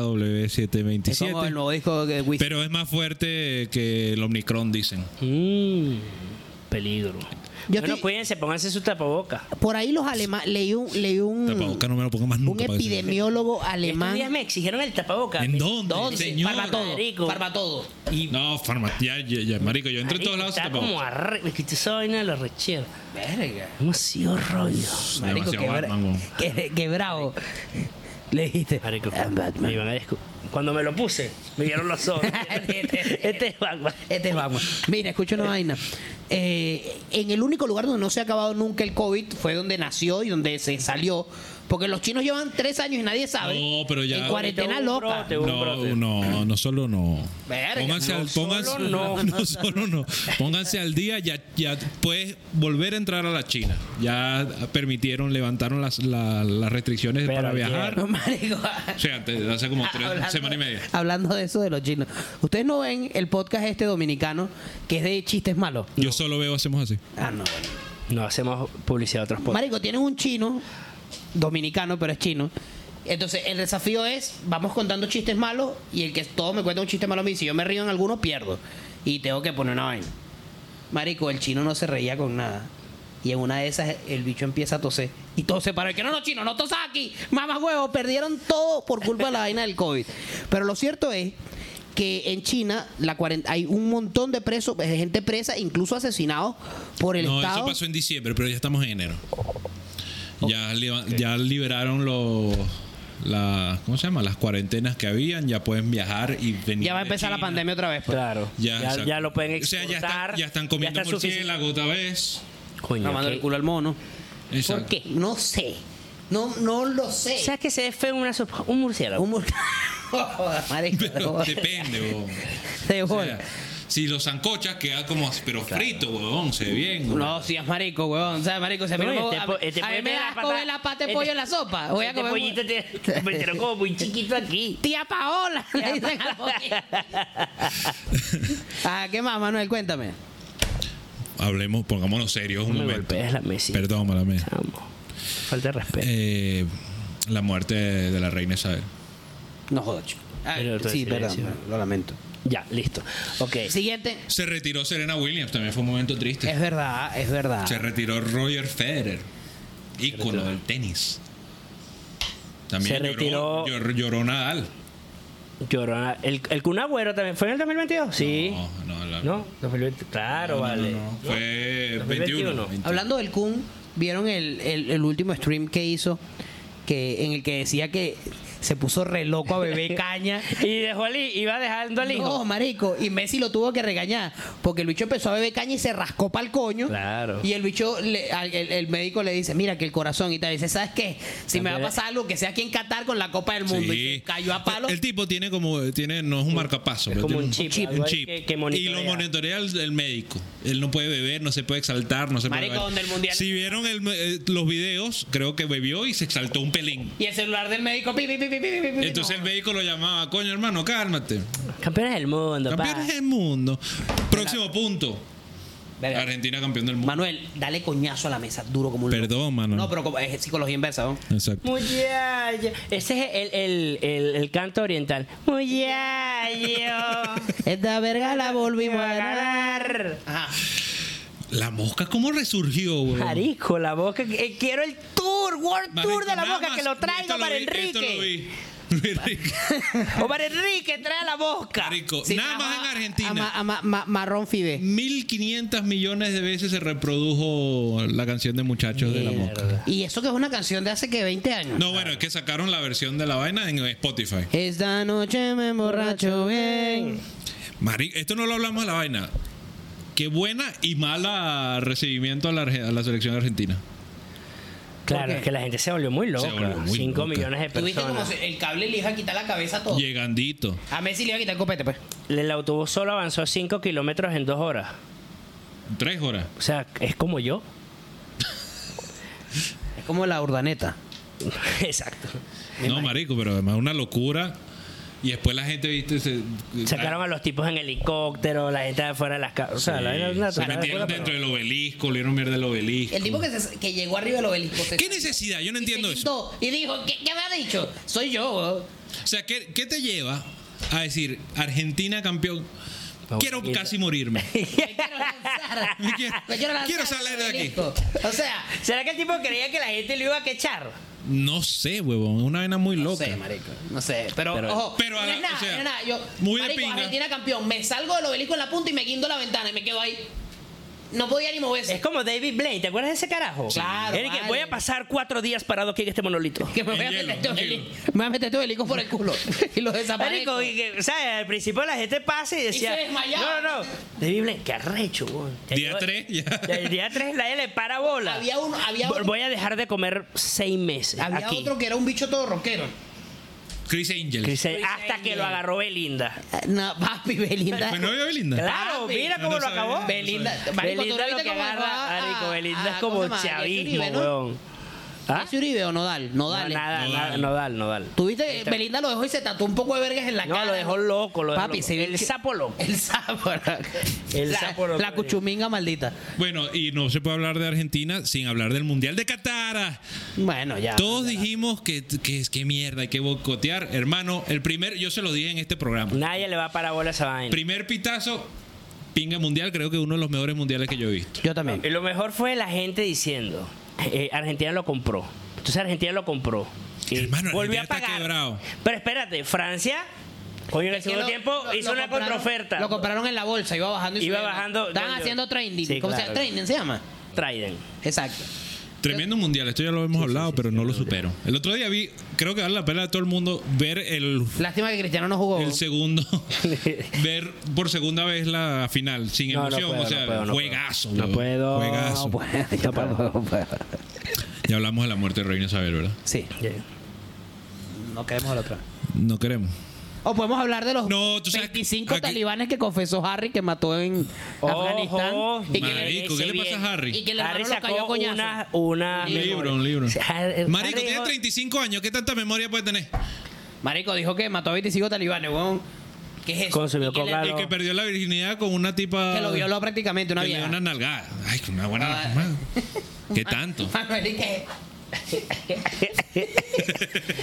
Es como el WBZW727. nuevo disco de pues. Wiz. Pero es más fuerte que el Omicron, dicen. Mm, peligro. Yo bueno, estoy- cuídense, pónganse su tapaboca. Por ahí los alemanes, leí un, leí un, Mm. Tapabocas no me lo pongan más un nunca. para que se- epidemiólogo Estos alemán. días me exigieron el tapaboca. ¿En Me- dónde? ¿Dónde? Señor. Farma todo, Marico. farma todo. Y No, farma, ya, ya, ya, marico, yo entro en marico, todos lados. Está tapabocas. como arre... Es que esa vaina de la rechera. Verga. Hemos sido rollo. Marico, Demasiado qué, bra- Batman, weón. qué- qué bravo. Le dijiste. Marico, "I'm Batman". me iban a descu- Cuando me lo puse, me vieron los *laughs* ojos. este es Batman. Este es Batman. Mira, escucha una vaina. Eh, en el único lugar donde no se ha acabado nunca el COVID fue donde nació y donde se salió. Porque los chinos llevan tres años y nadie sabe. No, pero ya- En cuarentena Ahorita hubo un loca. *laughs* brote, hubo un brote. No, no, no solo no. Verga, Pónganse no al, pónganse, solo no. *laughs* no. solo no. Pónganse al día, ya, ya puedes volver a entrar a la China. Ya permitieron, levantaron las, la- las restricciones Pero para ayer. viajar. Marico, O sea, te- hace como tres hablando- semanas y media. Hablando de eso de los chinos. Ustedes no ven el podcast este dominicano que es de chistes malos. Yo solo veo, hacemos así. Ah, no. No hacemos publicidad a otros podcasts. Marico, tienes un chino, dominicano, pero es chino, Entonces, el desafío es, vamos contando chistes malos y el que todos me cuentan un chiste malo a mí, si yo me río en alguno, pierdo. Y tengo que poner una vaina. Marico, el chino no se reía con nada. Y en una de esas el bicho empieza a toser. Y tose para el que no, no, chino, no tosas aquí. Mamá huevo, perdieron todo por culpa de la vaina del COVID. Pero lo cierto es que en China la cuaren- hay un montón de presos, de gente presa, incluso asesinados por el No, eso Estado. pasó en diciembre, pero ya estamos en enero. Ya, li- ya liberaron los. La, ¿Cómo se llama? Las cuarentenas que habían, ya pueden viajar y venir. Ya va a de empezar la China. pandemia otra vez. pues. Claro. Ya, Ya, exacto. ya lo pueden O sea, exportar. ya están, ya están comiendo ya está sufici- murciélago otra vez. Coño, Mamando qué- el culo al mono. Exacto. ¿Por qué? No sé. No, no lo sé. ¿Sabes que se ve feo una sopa- un murciélago? Un mur- *laughs* Marico, de *laughs* *laughs* Pero bola. depende, huevón. De O bola. sea, si los zancochas queda como, pero frito, huevón, se ve bien. huevón. No, si es marico, weón. O sea, marico, si a mí No, no me- este a- po- este a mí pollo me tiene da la asco pata- ver la pata de este- pollo en la sopa. Voy a este comer. pollito *laughs* te, me enteró como muy chiquito aquí. Tía *laughs* Paola. *laughs* le dicen al pollito. ah, ¿qué más, Manuel? Cuéntame. Hablemos, pongámonos serios No un me Ah. momento. golpees la mesa. Perdón, malame. Chamo. Falta de respeto. Eh, la muerte de la reina Isabel. No jodas. chico. Ah, Pero tú sí, decías, perdón. sí. Lo lamento. Ya, listo. Ok. Siguiente. Se retiró Serena Williams, también fue un momento triste. Es verdad, es verdad. Se retiró Roger Federer, ícono del tenis. También Se lloró- llor- lloró Nadal. Llorona. El, el Kun Agüero también. ¿Fue en el 2022? Sí. No, no, la- ¿No? 2020. Claro, no, no, vale. no, no. Fue 2021. 21. Hablando del Kun, ¿vieron el, el- el último stream que hizo? Que, en el que decía que se puso re loco *laughs* a beber caña. Y dejó al, hi- iba dejando al hijo. No, marico. Y Messi lo tuvo que regañar. Porque el bicho empezó a beber caña y se rascó pa'l coño. Claro. Y el bicho, le- al- el, el médico le dice, mira que el corazón y tal. Dice, ¿sabes qué? Si me va a pasar algo, que sea aquí en Qatar con la Copa del Mundo. Sí. Y se cayó a palo. El tipo tiene como, tiene, no es un marcapaso, pero como tiene un chip, algo un ahí chip. que- que y monitorea. lo monitorea el, el médico. Él no puede beber, no se puede exaltar, no se Marico, puede. donde el mundial- Si vieron el- eh, los videos, creo que bebió y se exaltó un pelín. Y el celular del médico, pi, pi, pi, pi, pi, pi, pi, Entonces no. el médico lo llamaba, coño hermano, cálmate. Campeones del mundo, pa. Campeones del mundo. Próximo punto. Verga. Argentina campeón del mundo. Manuel, dale coñazo a la mesa, duro como un loco. Perdón, mano. No, pero como, es psicología inversa, ¿no? Exacto. Muyaya. Ese es el, el, el, el canto oriental. Muyaya. Esta verga la volvimos a ganar. Parar. Ajá. La mosca, ¿cómo resurgió, güey? Marico, la boca. eh, quiero el tour, World Marico, Tour de la nada boca, más, que lo esto traiga para vi, esto lo *laughs* Enrique. vi. *laughs* Luis Enrique. O para Enrique, trae la boca. Marico, Sí, nada ama- más en Argentina. ama- ama- ma- marrón Fide. 1500 millones de veces se reprodujo la canción de Muchachos de la Mosca. Y eso que es una canción de hace que 20 años. No, bueno, es que sacaron la versión de la vaina en Spotify. Esta noche me emborracho bien. Marico, esto no lo hablamos de la vaina. Qué buena y mala recibimiento a la, Arge- a la selección argentina. Claro, es que la gente se volvió muy loca. Se volvió muy 5 loca. millones de Tuviste como personas. si el cable le iba a quitar la cabeza Oh. a todo. Llegandito. A Messi le iba a quitar el copete, pues. El autobús solo avanzó 5 kilómetros en 2 horas. Tres horas. O sea, es como yo. *laughs* Es como la urdaneta. Exacto. No, marico, pero además una locura. Y después la gente, viste, se... Sacaron a los tipos en helicóptero, la gente de afuera de las casas. O sea, la vaina es una Eh, se total metieron locura, dentro del obelisco, le dieron mierda el obelisco. El tipo que, se- que llegó arriba del obelisco. se- ¿Qué necesidad? Yo no y se entiendo eso. quitó Y dijo, ¿qué, qué me ha dicho? Soy yo, weón. O sea, ¿qué, qué te lleva a decir Argentina campeón? Quiero Abuelita. casi *laughs* morirme. Me *laughs* quiero lanzar. Me quiero- lanzar quiero salir de del aquí. obelisco. O sea, pero- ¿Será que el tipo creía que la gente lo iba a quechar? No sé, huevón. Es una vaina muy No loca. sé, Eh, marico. No sé. Pero, Pero- ojo. pero no a la- es nada, o sea, no es nada. Yo, muy de marico, pinga. Argentina campeón. Me salgo del obelisco en la punta y me guindo la ventana y me quedo ahí. No podía ni moverse. Es como David Blaine, ¿te acuerdas de ese carajo? Claro, Él que vale. voy a pasar cuatro días parado aquí en este monolito. que me voy, a En meter este hielo, todo en el- hielo. me voy a meter todo el hijo por el culo y lo desaparezco. Marico, y que, ¿sabes? Al principio la gente pasa y decía. se desmayaba. no, no, no. David Blaine, qué arrecho, weón. Ya Día llegó- tres, ya. El día 3 la L para bola. Había uno, había Voy- otro, Voy a dejar de comer seis meses. había aquí. otro que era un bicho todo rockero. Chris Angel. Que dice, Chris hasta que Angel. lo agarró Belinda. Ah, No, papi, Belinda. ¿Fue novia Pues, Belinda? Claro, Papi. mira No, cómo no lo sabía. acabó. Be- Belinda, Belinda Marico, tú Belinda viste lo que cómo agarra, agarraba a- marico, Belinda a- es ¿cómo se como llama? Ariel chavismo, Uribe, ¿no? weón. ¿Ah? ¿Es Uribe o Nodal? No, Nodal. eh. nada, Nodal. nada, Nodal, Nodal. Tuviste, Belinda lo dejó y se tatuó un poco de vergas en la No, cara. lo dejó loco, lo dejó Papi, loco. se ve el que- sapo loco. *laughs* El sapo. El la, sapo loco. La cuchuminga maldita. Bueno, y no se puede hablar de Argentina sin hablar del Mundial de Qatar. Bueno, ya. Todos dijimos que, que, que mierda, hay que boicotear. Hermano, el primer, yo se lo dije en este programa. Nadie le va a parar bola a esa vaina. Primer pitazo, pinga mundial, creo que uno de los mejores mundiales que yo he visto. Yo también. Y lo mejor fue la gente diciendo, eh, Argentina lo compró. Entonces Argentina lo compró. Y Hermano, volvió Argentina a está pagar. quebrado. Pero espérate, Francia, coño, en el Es que segundo lo- tiempo lo- hizo lo una compraron- contraoferta. Lo compraron en la bolsa, iba bajando y Iba subiendo. bajando, Estaban yo- yo- haciendo trading. Sí, ¿Cómo se claro. llama? Trading se llama. Trident. Exacto. Tremendo mundial, esto ya lo hemos hablado, pero no lo supero. El otro día vi, creo que vale la pena a todo el mundo ver el, Lástima que Cristiano no jugó. el segundo, ver por segunda vez la final, sin No, no emoción, puedo, o sea, no puedo, no juegazo. puedo. No weón, puedo, Juegazo. No, pues, ya puedo, pues. Ya hablamos de la muerte de Reina Isabel, ¿verdad? Sí, no queremos el otro. No queremos. O podemos hablar de los No, tú sabes que 25 aquí- talibanes que confesó Harry que mató en Ojo, Afganistán. Y que, le- Marico, ¿qué le ese pasa a y Harry? que el Harry hermano lo sacó cayó a coñazo. una, una Un libro, un libro. O sea, Harry- Marico, Harry tiene dijo- 35 años, ¿qué tanta memoria puede tener? Marico dijo que mató a 25 talibanes, weón. ¿Qué es eso? Consumió Y que le- coca, El que perdió la virginidad con una tipa... Que lo violó prácticamente una que le dio vieja. una nalgada. Ay, una buena... Ah. madre. ¿Qué *laughs* tanto? Manuel, ¿y qué?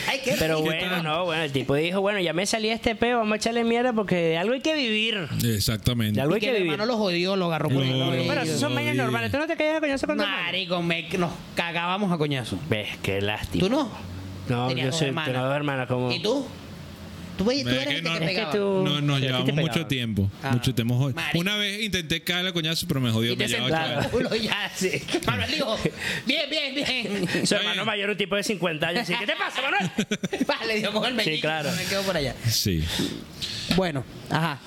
Ay, qué Pero *laughs* rico. bueno, tal? no, bueno, el tipo dijo, bueno, ya me salí a este peo, vamos a echarle mierda porque de algo hay que vivir. De Exactamente. algo Y hay que que el vivir. hermano lo jodió, lo agarró por el Lo- cabello. Bueno, eso son Lo vainas vi. normales. Tú no te callas a coñazo con tu hermano? Marico, me- nos cagábamos a coñazo. Ves, qué lástima. ¿Tú no? No, Tenías yo dos soy hermanas. tengo dos hermanas como. ¿Y tú? Tú, tú Es eres que el que no- te es que pegaba. tú- Sí, a No, nos ti te llevamos pegaba. mucho tiempo. Ah. Mucho tiempo hoy. Marico. Una vez intenté caerle a coñazo, pero me jodió. Y te me llevaba sentaba el ocho culo ya, sí. *laughs* Manuel dijo, bien, bien, bien. Su Oye. hermano mayor, un tipo de 50 años. así, ¿Qué te pasa, *laughs* *laughs* Manuel? Vale, dio con el Sí, mellillo. claro. Me quedo por allá. años. Sí. Bueno, ajá.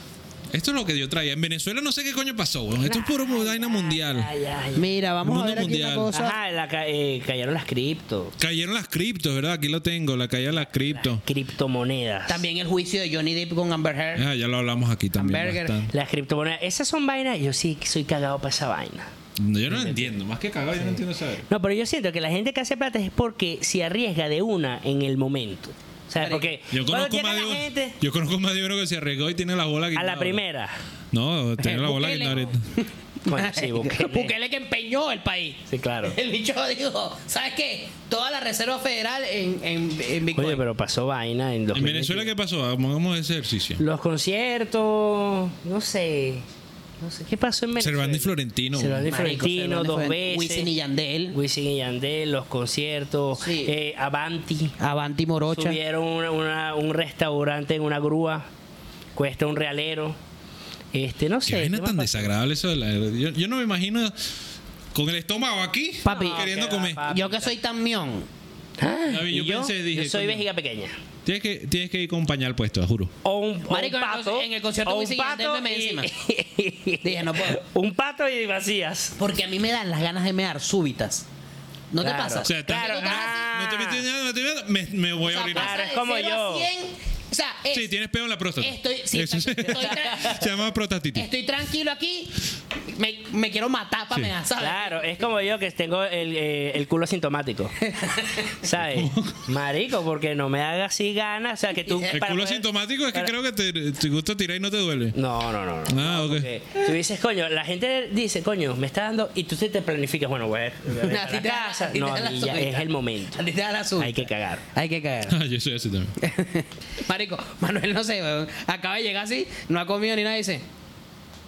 Esto es lo que yo traía. En Venezuela no sé qué coño pasó, weón. Esto es puro vaina mundial. Ay, ay. Mira, vamos a Mundo ver aquí mundial. una cosa. Ajá, la ca- eh, cayeron las cripto. Cayeron las criptos, ¿verdad? Aquí lo tengo, la caída de las criptos. Criptomonedas. También el juicio de Johnny Depp con Amber Heard. Ah, ya lo hablamos aquí también. Hamburger. bastante. Las criptomonedas. Esas son vainas. Yo sí que soy cagado para esa vaina. No, Yo no lo entiendo. Más que cagado, yo no entiendo saber. No, pero yo siento que la gente que hace plata es porque se arriesga de una en el momento. O sea, Marico. porque. Yo cuando conozco, tiene más de la uno, gente. yo conozco más de uno que se arriesgó y tiene la bola que A la primera. No, tiene *laughs* la bola que ahorita. Bueno, *laughs* sí, Bukele. Bukele que empeñó el país. Sí, claro. *laughs* El bicho dijo, ¿sabes qué? Toda la Reserva Federal en, en, en Bitcoin. Oye, pero pasó vaina en ¿En 2021. Venezuela qué pasó? Hagamos ese ejercicio. Los conciertos, no sé. No sé, ¿qué pasó en Venezuela? Cervantes y Florentino. Cervantes y Marico, Florentino, Cervantes, dos Florentino, veces. Wisin y Yandel. Wisin y Yandel, los conciertos. Sí. eh, Avanti. Avanti Morocha. Subieron una- una- un restaurante en una grúa. Cuesta un realero. Este, no sé. Qué vaina ¿qué más tan pasó? desagradable eso de la- yo, yo no me imagino con el estómago aquí Papi. queriendo No, comer. qué va, Yo que soy tan mión. David, ¿Y yo, pensé, dije, yo soy coño, vejiga pequeña. tienes que tienes que ir con pañal puesto, juro. O un, o Marico, un en el pato. conci- en el concierto o un Wisin y Yandel pato me y- *laughs* encima. Dije, no puedo. un pato y vacías. Porque a mí me dan las ganas de mear súbitas. ¿No Claro. te pasa? O sea, estás- Claro, Tú estás así, ah, No te metes nada, no te metes nada, me, me voy o sea, a orinar. pasa Claro, es de como cero a yo. 100, o sea, es- Sí, tienes peo en la próstata. Estoy- sí, Eso estoy- se- estoy tra- *laughs* se llama prostatitis. estoy tranquilo aquí, me, me quiero matar para Sí. mear, ¿sabes? Claro, es como yo que tengo el, eh, el culo *laughs* asintomático. ¿Sabes? Marico, porque no me haga así ganas. O sea, que tú. el para culo poder- sintomático es que para- creo que te, te gusta tirar y no te duele. No, no, no. no. Ah, ok. Porque tú dices, coño, la gente dice, coño, me está dando. Y tú te, te planificas, bueno, voy a, voy a *laughs* A dejar ti la te da- casa. a ti No, te da la y ya es subida. el momento. A ti te da la subida. Hay que cagar. Hay que caer. *laughs* Ah, yo soy así *laughs* también. *laughs* Marico, Manuel, no sé, weón. Acaba de llegar así, no ha comido ni nada y dice,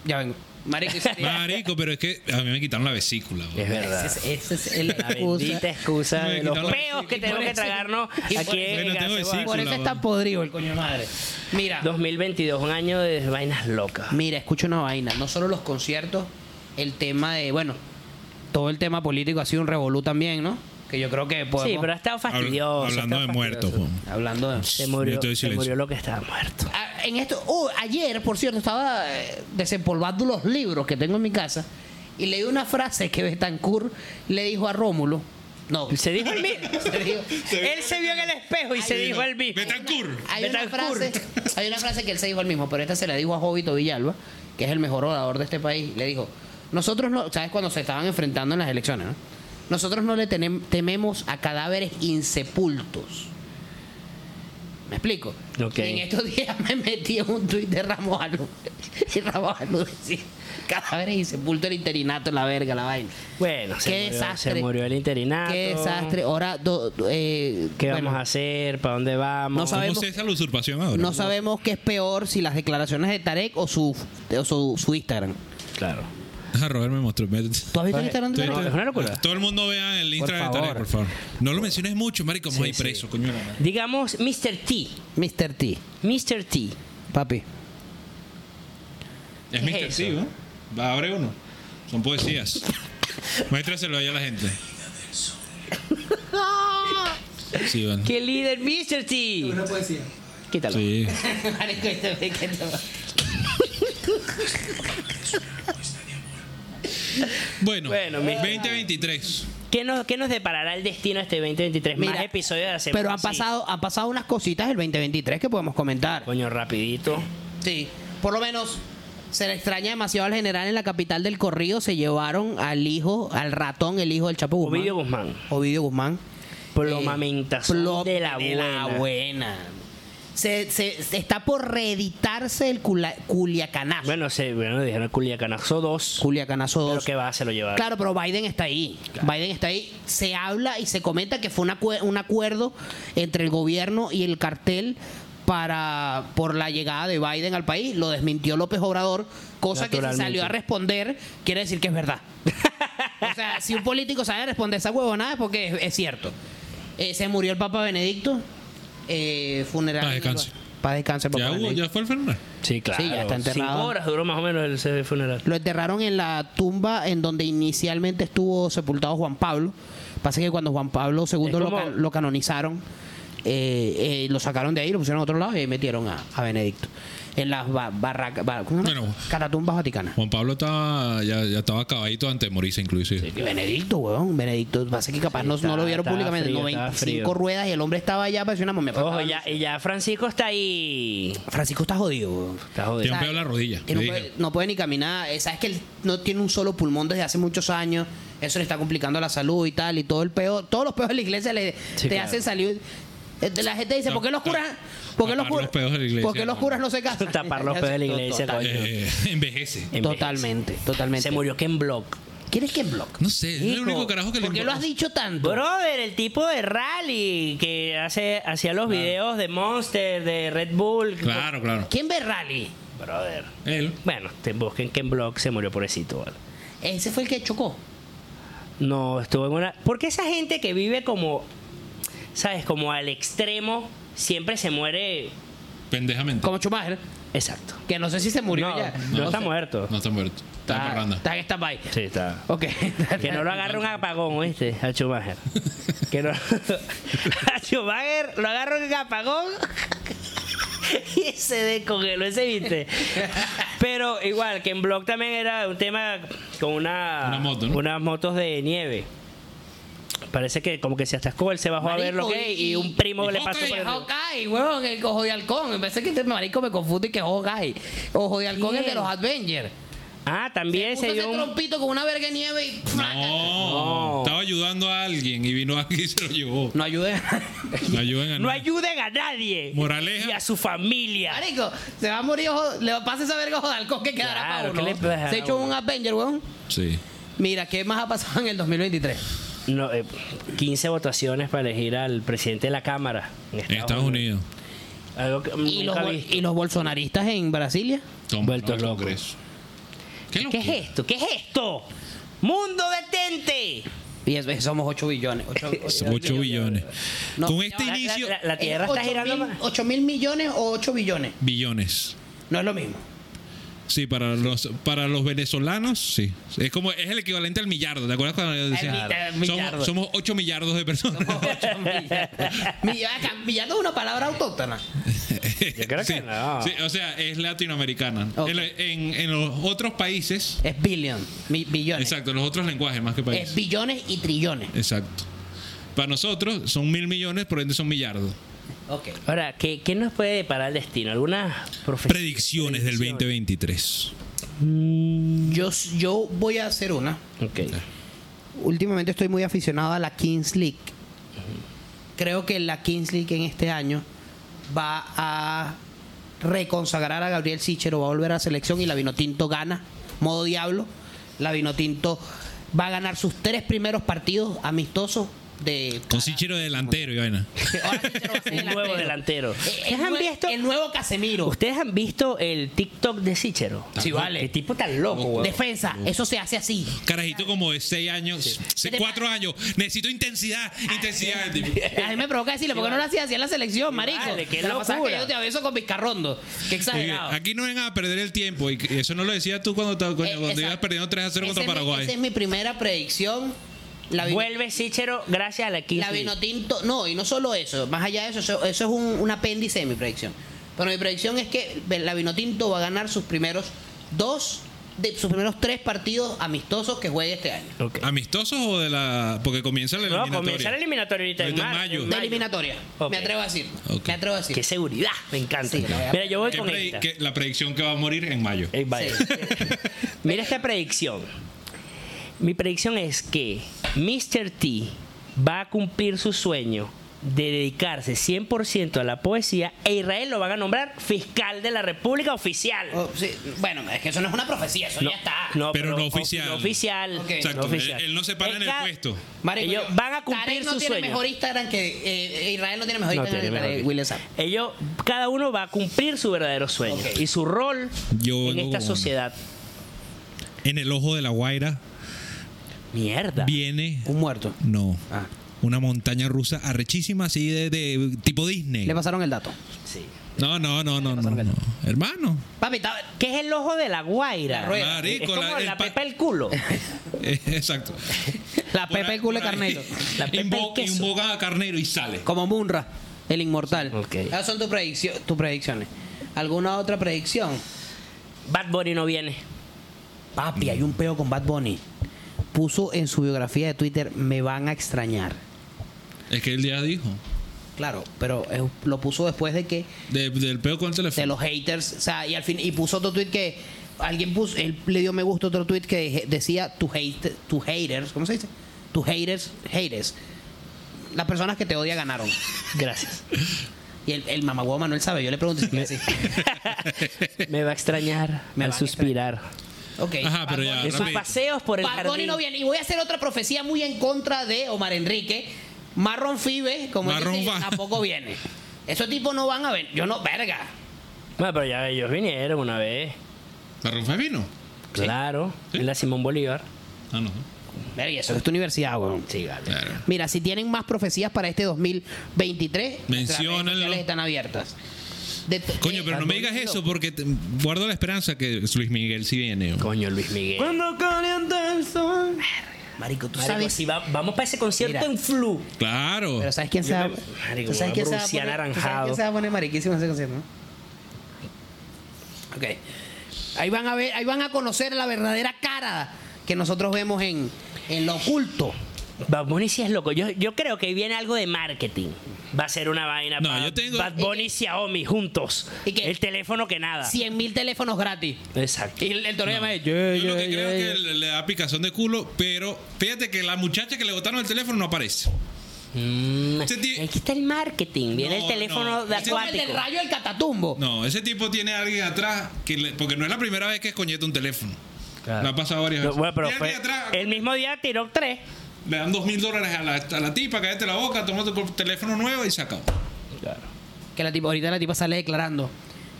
ya vengo. Marico, y se tira. Marico, pero es que a mí me quitaron la vesícula. güey. Es verdad. *laughs* Ese es- ese es el La bendita excusa Me de los quitaron la- peos que y tenemos por que eso- tragarnos y por- aquí en Bueno, tengo que Gaceguada. decir- Por eso está podrido el coño de madre. Mira, 2022, un año de vainas locas. mira, escucha una vaina. No solo los conciertos, el tema de, bueno, todo el tema político ha sido un revolú también, ¿no? Que yo creo que podemos... Sí, pero ha estado Habla- fastidioso. ha hablando estado de fastidioso. muertos, po. Hablando de... Se murió, Minuto de se silencio. murió lo que estaba muerto. Ah, En esto, oh, ayer, por cierto, estaba eh, desempolvando los libros que tengo en mi casa y leí una frase que Betancourt le dijo a Rómulo. No, *laughs* Se dijo el mismo. se dijo- él se vio en el espejo y se dijo el mismo. Betancourt. Hay una, Betancourt. frase, hay una frase que él se dijo al mismo, pero esta se la dijo a Jovito Villalba, que es el mejor orador de este país. Le dijo, nosotros no, ¿sabes cuando se estaban enfrentando en las elecciones? ¿no? Nosotros no le tenem- tememos a cadáveres insepultos. ¿Me explico? Ok. En estos días me metí en un tuit de Ramos Alú. *laughs* Y Ramos Alú decía, cadáveres insepultos, el interinato, la verga, la vaina. Bueno, se, Qué murió, desastre. se murió el interinato. Qué desastre. Ahora, do- do- eh, ¿Qué bueno, vamos a hacer? ¿Para dónde vamos? No ¿Cómo sabemos- se la usurpación ahora? No sabemos qué es peor, si las declaraciones de Tarek o su, o su, su Instagram. Claro. Ah, Robert me mostró. Me- ¿Tú has visto el Instagram de No, Tarek? es una locura. Ah, Todo el mundo vea el Instagram de favor. Tarek, por favor. No lo menciones mucho, marico, como Sí, hay preso, coño. de la madre. Digamos Mr. T. Mr. T. Mr. T. Papi. Es ¿Qué es Mr. eso? T, ¿no? ¿eh? Va, abre uno. *laughs* Son poesías. Muéstraselo ahí a la gente. Sí, bueno. ¡Qué líder, Mr. T! Una poesía. Quítalo. Sí. *laughs* Marico, este ve que no. Bueno, Bueno, mi- 2023. ¿Qué, nos, ¿Qué nos deparará el destino este 2023? Más Mira, episodios de la semana. Pero han sí. pasado, han pasado unas cositas del 2023 que podemos comentar. Coño, rapidito. Sí. Por lo menos se le extraña demasiado al general en la capital del corrido. Se llevaron al hijo, al ratón, el hijo del Chapo Guzmán. Ovidio Guzmán. Ovidio Guzmán. Plomamentación Plop de la de la buena. buena. Se, se- se está por reeditarse el cula- culiacanazo. Bueno, se, bueno, dijeron Culiacanazo 2. culiacanazo 2. Pero que va, se lo llevar. Claro, pero Biden está ahí. Biden está ahí. Se habla y se comenta que fue un, acue- un acuerdo entre el gobierno y el cartel para por la llegada de Biden al país. Lo desmintió López Obrador, cosa que se Naturalmente. salió a responder, quiere decir que es verdad. *laughs* o sea, si un político sale a responder esa huevonada es porque es, es cierto. Eh, se murió el Papa Benedicto. Eh, funeral. Paz descanse. Paz descanse, Papa Ya, hubo, Benedicto. ya fue el funeral. Sí, claro. Sí, ya está enterrado. Cinco horas duró más o menos el ese funeral. Lo enterraron en la tumba en donde inicialmente estuvo sepultado Juan Pablo. Pasa que cuando Juan Pablo II Es lo, como- ca- lo canonizaron, eh, eh, lo sacaron de ahí, lo pusieron a otro lado y ahí metieron a, a Benedicto. En las ba- barracas, bar- ¿cómo se llama? Bueno. catatumbas vaticanas. Juan Pablo estaba, ya, ya estaba acabadito antes de morirse, inclusive. Benedicto, huevón, Benedicto. Pasa que capaz no, Sí, no estaba- lo vieron estaba públicamente. frío, estaba 95 frío. ruedas y el hombre estaba allá, parecía una momia. Ojo, ya, y ya Francisco está ahí. Francisco está jodido, huevón. Está Tiene jodido. *laughs* un peo en la rodilla. Que no, le puede, dije. no puede ni caminar. eh, Sabes que él no tiene un solo pulmón desde hace muchos años. Eso le está complicando la salud y tal. Y todo el peor, todos los peos de la iglesia le, Sí, te claro. hacen salir. Eh, La gente dice, Tap- ¿por qué los curas? tap- ¿Por qué los tapar curas? los peos de la iglesia, ¿Por qué los ¿no? curas no se *laughs* casan? Tapar los peos de la iglesia, Total- coño. Eh, *laughs* envejece. Envejece. Totalmente, totalmente. Se murió Ken Block. ¿Quieres que bloque? No sé, es el único carajo que le ¿Por qué lo importa. has dicho tanto? Brother, el tipo de rally que hace hacía los videos de Monster, de Red Bull. Claro, claro. ¿Quién ve rally? Brother. Él. Bueno, te busquen Ken Block se murió pobrecito, ¿vale? Ese fue el que chocó. No, estuvo en una. Porque esa gente que vive como. ¿Sabes? Como al extremo, siempre se muere. Pendejamente. Como Schumacher. Exacto. Que no sé si se murió No, ya. no está muerto. No está muerto. Está en Está, parranda. está en stand-by. Sí, está. Ok. *laughs* Que no lo agarre un apagón, ¿viste? A Schumacher. Que no. *laughs* A Schumacher lo agarra un apagón. *laughs* Y se descongeló ese, ¿viste? Pero igual, que en Block también era un tema con una. Una moto, ¿no? Unas motos de nieve. Parece que como que se atascó, él se bajó a ver lo Marico, que y- y un primo y le pasó Hawkeye, por el... Hawkeye, huevón, el ojo de halcón. Me parece que este marico me confunde y que es Hawkeye. Ojo de halcón es de ¿Quién? los Avengers. Ah, también Puso se ese dio un... trompito con una verga de nieve y... No, No. Estaba ayudando a alguien y vino *laughs* aquí y se lo llevó. No ayudé. No ayuden a No nadie. ayuden a nadie. Moraleja. Y a su familia. *laughs* marico, se va a morir ojo... Le pasa esa verga ojo de halcón que quedará Claro, para ¿qué le uno. pasa Se a echó uno? un Avenger, huevón. Sí. Mira, ¿qué más ha pasado en el 2023? No, eh, 15 votaciones para elegir al presidente de la Cámara en Estados, En Estados Unidos. Unidos. Algo que ¿Y los, nunca bol- vi. y los bolsonaristas en Brasilia? Toma, Vueltos no, el locos. Congreso. ¿Qué, ¿Qué locura. es esto? ¿Qué es esto? ¡Mundo detente! Y es- somos 8 billones. *laughs* 8, Son 8 billones. No, Con este La, inicio, la- la Tierra está girando más. 8 mil millones o 8 billones. billones. No es lo mismo. Sí, para los, para los venezolanos, sí. Es como es el equivalente al millardo. ¿Te acuerdas cuando yo decía? El mi- el millardo. Somos, somos 8 millardos de personas. *laughs* Millando es una palabra autóctona. Yo creo sí, que no. sí, o sea, es latinoamericana. Ok. En, la- en- en los otros países, Es billion, mi- billones. exacto, en los otros lenguajes más que Es países. billones y trillones. Exacto. Para nosotros son mil millones, por ende son millardos. Ok. Ahora, ¿qué, qué nos puede deparar el destino? ¿Algunas profe- Predicciones del 2023. Yo, yo voy a hacer una. Mm, Ok. últimamente estoy muy aficionado a la Kings League. Creo que la Kings League en este año va a reconsagrar a Gabriel Sichero, va a volver a la selección y la Vinotinto gana, modo diablo. La Vinotinto va a ganar sus tres primeros partidos amistosos de Con Sichiro de delantero y vaina. *laughs* Ahora Sichero va a ser Un nuevo delantero. Eh, ¿Ustedes El, han nue- visto, el nuevo Casemiro. ¿Ustedes han visto el TikTok de Sichero? Sí, vale. Qué tipo tan loco, weón. Defensa, Mm. eso se hace así. Carajito como de 6 años, se- Pero- cuatro años. Necesito intensidad, intensidad. el tipo. A mí me provoca decirle, ¿por qué no lo hacía así en la selección, marico? vale, qué Te la pasabas locura. que yo te aviso con Vizcarrondo. Qué Y exagerado. Aquí no vengan a perder el tiempo. Y y eso no lo decías tú cuando, te- coño, Eh, cuando esa- ibas perdiendo 3 a 0 esa contra es mi- Paraguay. Esa es mi primera predicción. La vi- Vuelve Sichero gracias a la Kings La League. Vinotinto, no, y no solo eso, más allá de eso, eso, eso es un, un apéndice de mi predicción. Pero mi predicción es que la Vinotinto va a ganar sus primeros dos, de sus primeros tres partidos amistosos que juegue este año. Ok. ¿Amistosos o de la.? Porque comienza la No, eliminatoria. comienza el eliminatorio ahorita en Ahorita en mar- mayo. en De eliminatoria, Ok. me atrevo a decir. Ok. Me atrevo a decir. Qué seguridad, me encanta. Sí, la verdad. Mira, yo voy Que con pre- esta. que la predicción que va a morir en mayo. Ey, Eh, vaya. Sí. *laughs* Mira esta predicción. Mi predicción es que Mr. T va a cumplir su sueño de dedicarse 100% a la poesía e Israel lo van a nombrar fiscal de la República Oficial. Oh, sí, Bueno, es que eso no es una profecía, eso ya está. Pero no oficial. No oficial. Ok. no Exacto, oficial. él- él no se para en el Esta- puesto. Marico, ellos yo- van a cumplir Tarek no su tiene sueño. mejor Instagram que eh, Israel no tiene mejor No Instagram tiene que mejor. Will Sapp. Ellos, cada uno va a cumplir su verdadero sueño Ok. y su rol Yo en vengo esta con- sociedad. En el ojo de la Guaira Mierda. viene. Un muerto. No. Ah. Una montaña rusa arrechísima, así de, de tipo Disney. Le pasaron el dato. Sí. No, no, no, no, no, no. Hermano. *laughs* Papi, estaba- ¿Qué es el ojo de la guaira? La rueda. Marico, es como la- la, el pa- pepa del *laughs* culo. Eh, Exacto. la Por Pepe ahí- el culo de por ahí. carnero. La pepa Invo- del queso. Invocan a carnero y sale. Como Munra, el inmortal. Ok. Esas son tus prediccio- tus predicciones. ¿Alguna otra predicción? Bad Bunny no viene. Papi, hay un peo con Bad Bunny. Puso en su biografía de Twitter, me van a extrañar. Es que él ya dijo. Claro, pero eh, lo puso después de que De- del peo con el de teléfono. los haters. O sea, y al fin, y puso otro tweet que alguien puso, él le dio me gusta a otro tweet que deje- decía tu hate, tu haters, ¿cómo se dice? Tu haters, haters. Las personas que te odian ganaron. Graciés. Y el, el mamagüevo Manuel sabe, yo le pregunto si *laughs* queda así. *laughs* Me va a extrañar Me al va a suspirar. Ok. Ajá, pero ya. En sus Ah, rapidito. paseos por el Bad Bunny jardín. no viene. Y voy a hacer otra profecía muy en contra de Omar Enrique. Marron Fibe, como él Marrón dice, va. *laughs* tampoco viene. Esos tipos no van a venir. Yo no, verga. Bueno, pero ya ellos vinieron una vez. ¿La Rufa vino? Claro. Sí. En la Simón Bolívar. Ah, no. Verga, y eso es tu universidad, weón. Sí, vale. Claro. Mira, si tienen más profecías para este 2023, nuestras redes Menciónenlo. sociales están abiertas. De to- Coño, de- pero no me digas eso porque te- guardo la esperanza que Luis Miguel sí viene. ¿o? Coño, Luis Miguel. Cuando calienta el sol. Marico, tú Marico, sabes. si va- vamos para ese concierto Mira. en Flu. Claro. Pero ¿sabes quién Yo se va me- Marico, ¿tú sabes a quién se va Bruciana a poner- tú sabes Aranjado. quién se va a poner mariquísimo en ese concierto, no? Ok. Ahí van a ver, ahí van a conocer la verdadera cara que nosotros vemos en, en lo oculto. Bad Bunny sí es loco. Yo, yo creo que viene algo de marketing. Va a ser una vaina. No, pa- yo tengo- Bad Bunny y Xiaomi juntos. ¿Y qué? El teléfono que Ah. nada. 100 mil teléfonos gratis. Exacto. Y el, el toro llama de- Yo lo que creo es que le, le da picazón de culo, pero fíjate que la muchacha que le botaron el teléfono no aparece. Mm, Ese tío- Aquí está el marketing. Viene No, el teléfono no. de Ese es el el del acuático. rayo del catatumbo. No, ese tipo tiene a alguien atrás, que le- porque no es la primera vez que escoñeta un teléfono. La ha pasado varias No, veces. bueno, pero Tiene fue- alguien atrás, el mismo día tiró tres. le dan dos mil dólares a la, a la tipa, cállate la boca, toma tu teléfono nuevo y se acabó. Que la tipa, ahorita la tipa sale declarando.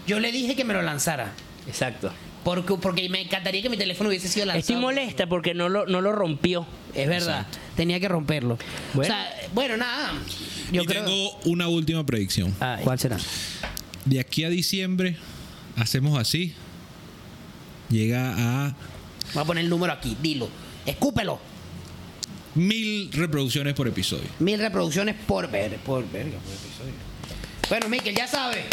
Yo le dije que me lo lanzara. Exacto. Porque, porque me encantaría que mi teléfono hubiese sido lanzado. Estoy molesta porque no lo, no lo rompió. Es verdad. Tenía que romperlo. Bueno. Bueno, o sea, bueno nada. Yo y creo. tengo una última predicción. Ay. ¿Cuál será? De aquí a diciembre hacemos así. Llega a Voy a poner el número aquí, dilo. Escúpelo. mil reproducciones por episodio. Mil reproducciones por ver, por verga, por episodio. Bueno, Miquel, ya sabe.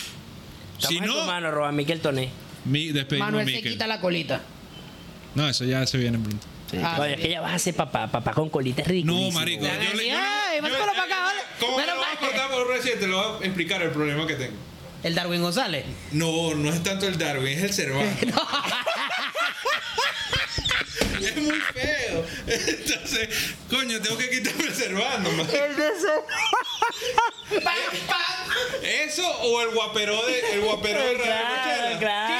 Estamos si en tu no, mano, Roba Miquel Toné. mi, despedimos a Manuel se Mikel. quita la colita. No, eso ya se viene pronto. Ah, Oye, es sí. que ya vas a ser papá. Papá con colita es ridículo. No, marico. La Yo le, yo, realidad, yo- mándamelo pa' acá, ¿vale? ¿Cómo me lo Bueno, vas a pa- cortar por reciente? Te lo voy a explicar el problema que tengo. El Darwin González. No, no es tanto el *laughs* Darwin, es el Cervantes. es muy feo. Entonces, coño, tengo que quitarme el Servando, man. ¿Eso o el guaperó de, el guaperó de Claro, Rafael Cochela? claro.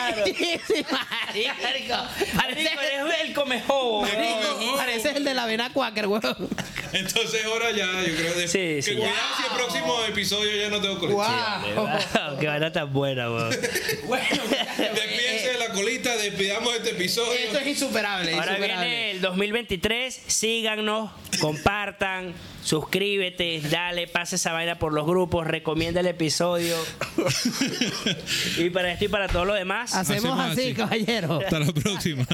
Parece- Marico, eres el comejobo. Me weón. come, oh. Parece el de la avena Quaker, weón. Entonces, ahora ya, yo creo de- Sí, que sí. cuidado si el próximo episodio ya no tengo colita. Wow, Qué vaina tan buena, weón. Bueno, Despídense de la colita, despidamos este episodio. esto es insuperable. Ahora insuperable. viene el 2023, síganos, compartan, suscríbete, dale, pase esa vaina por los grupos, recomienda el episodio. y para esto y para todo lo demás. Hacemos, Hacemos así, así. caballero. Hasta la próxima.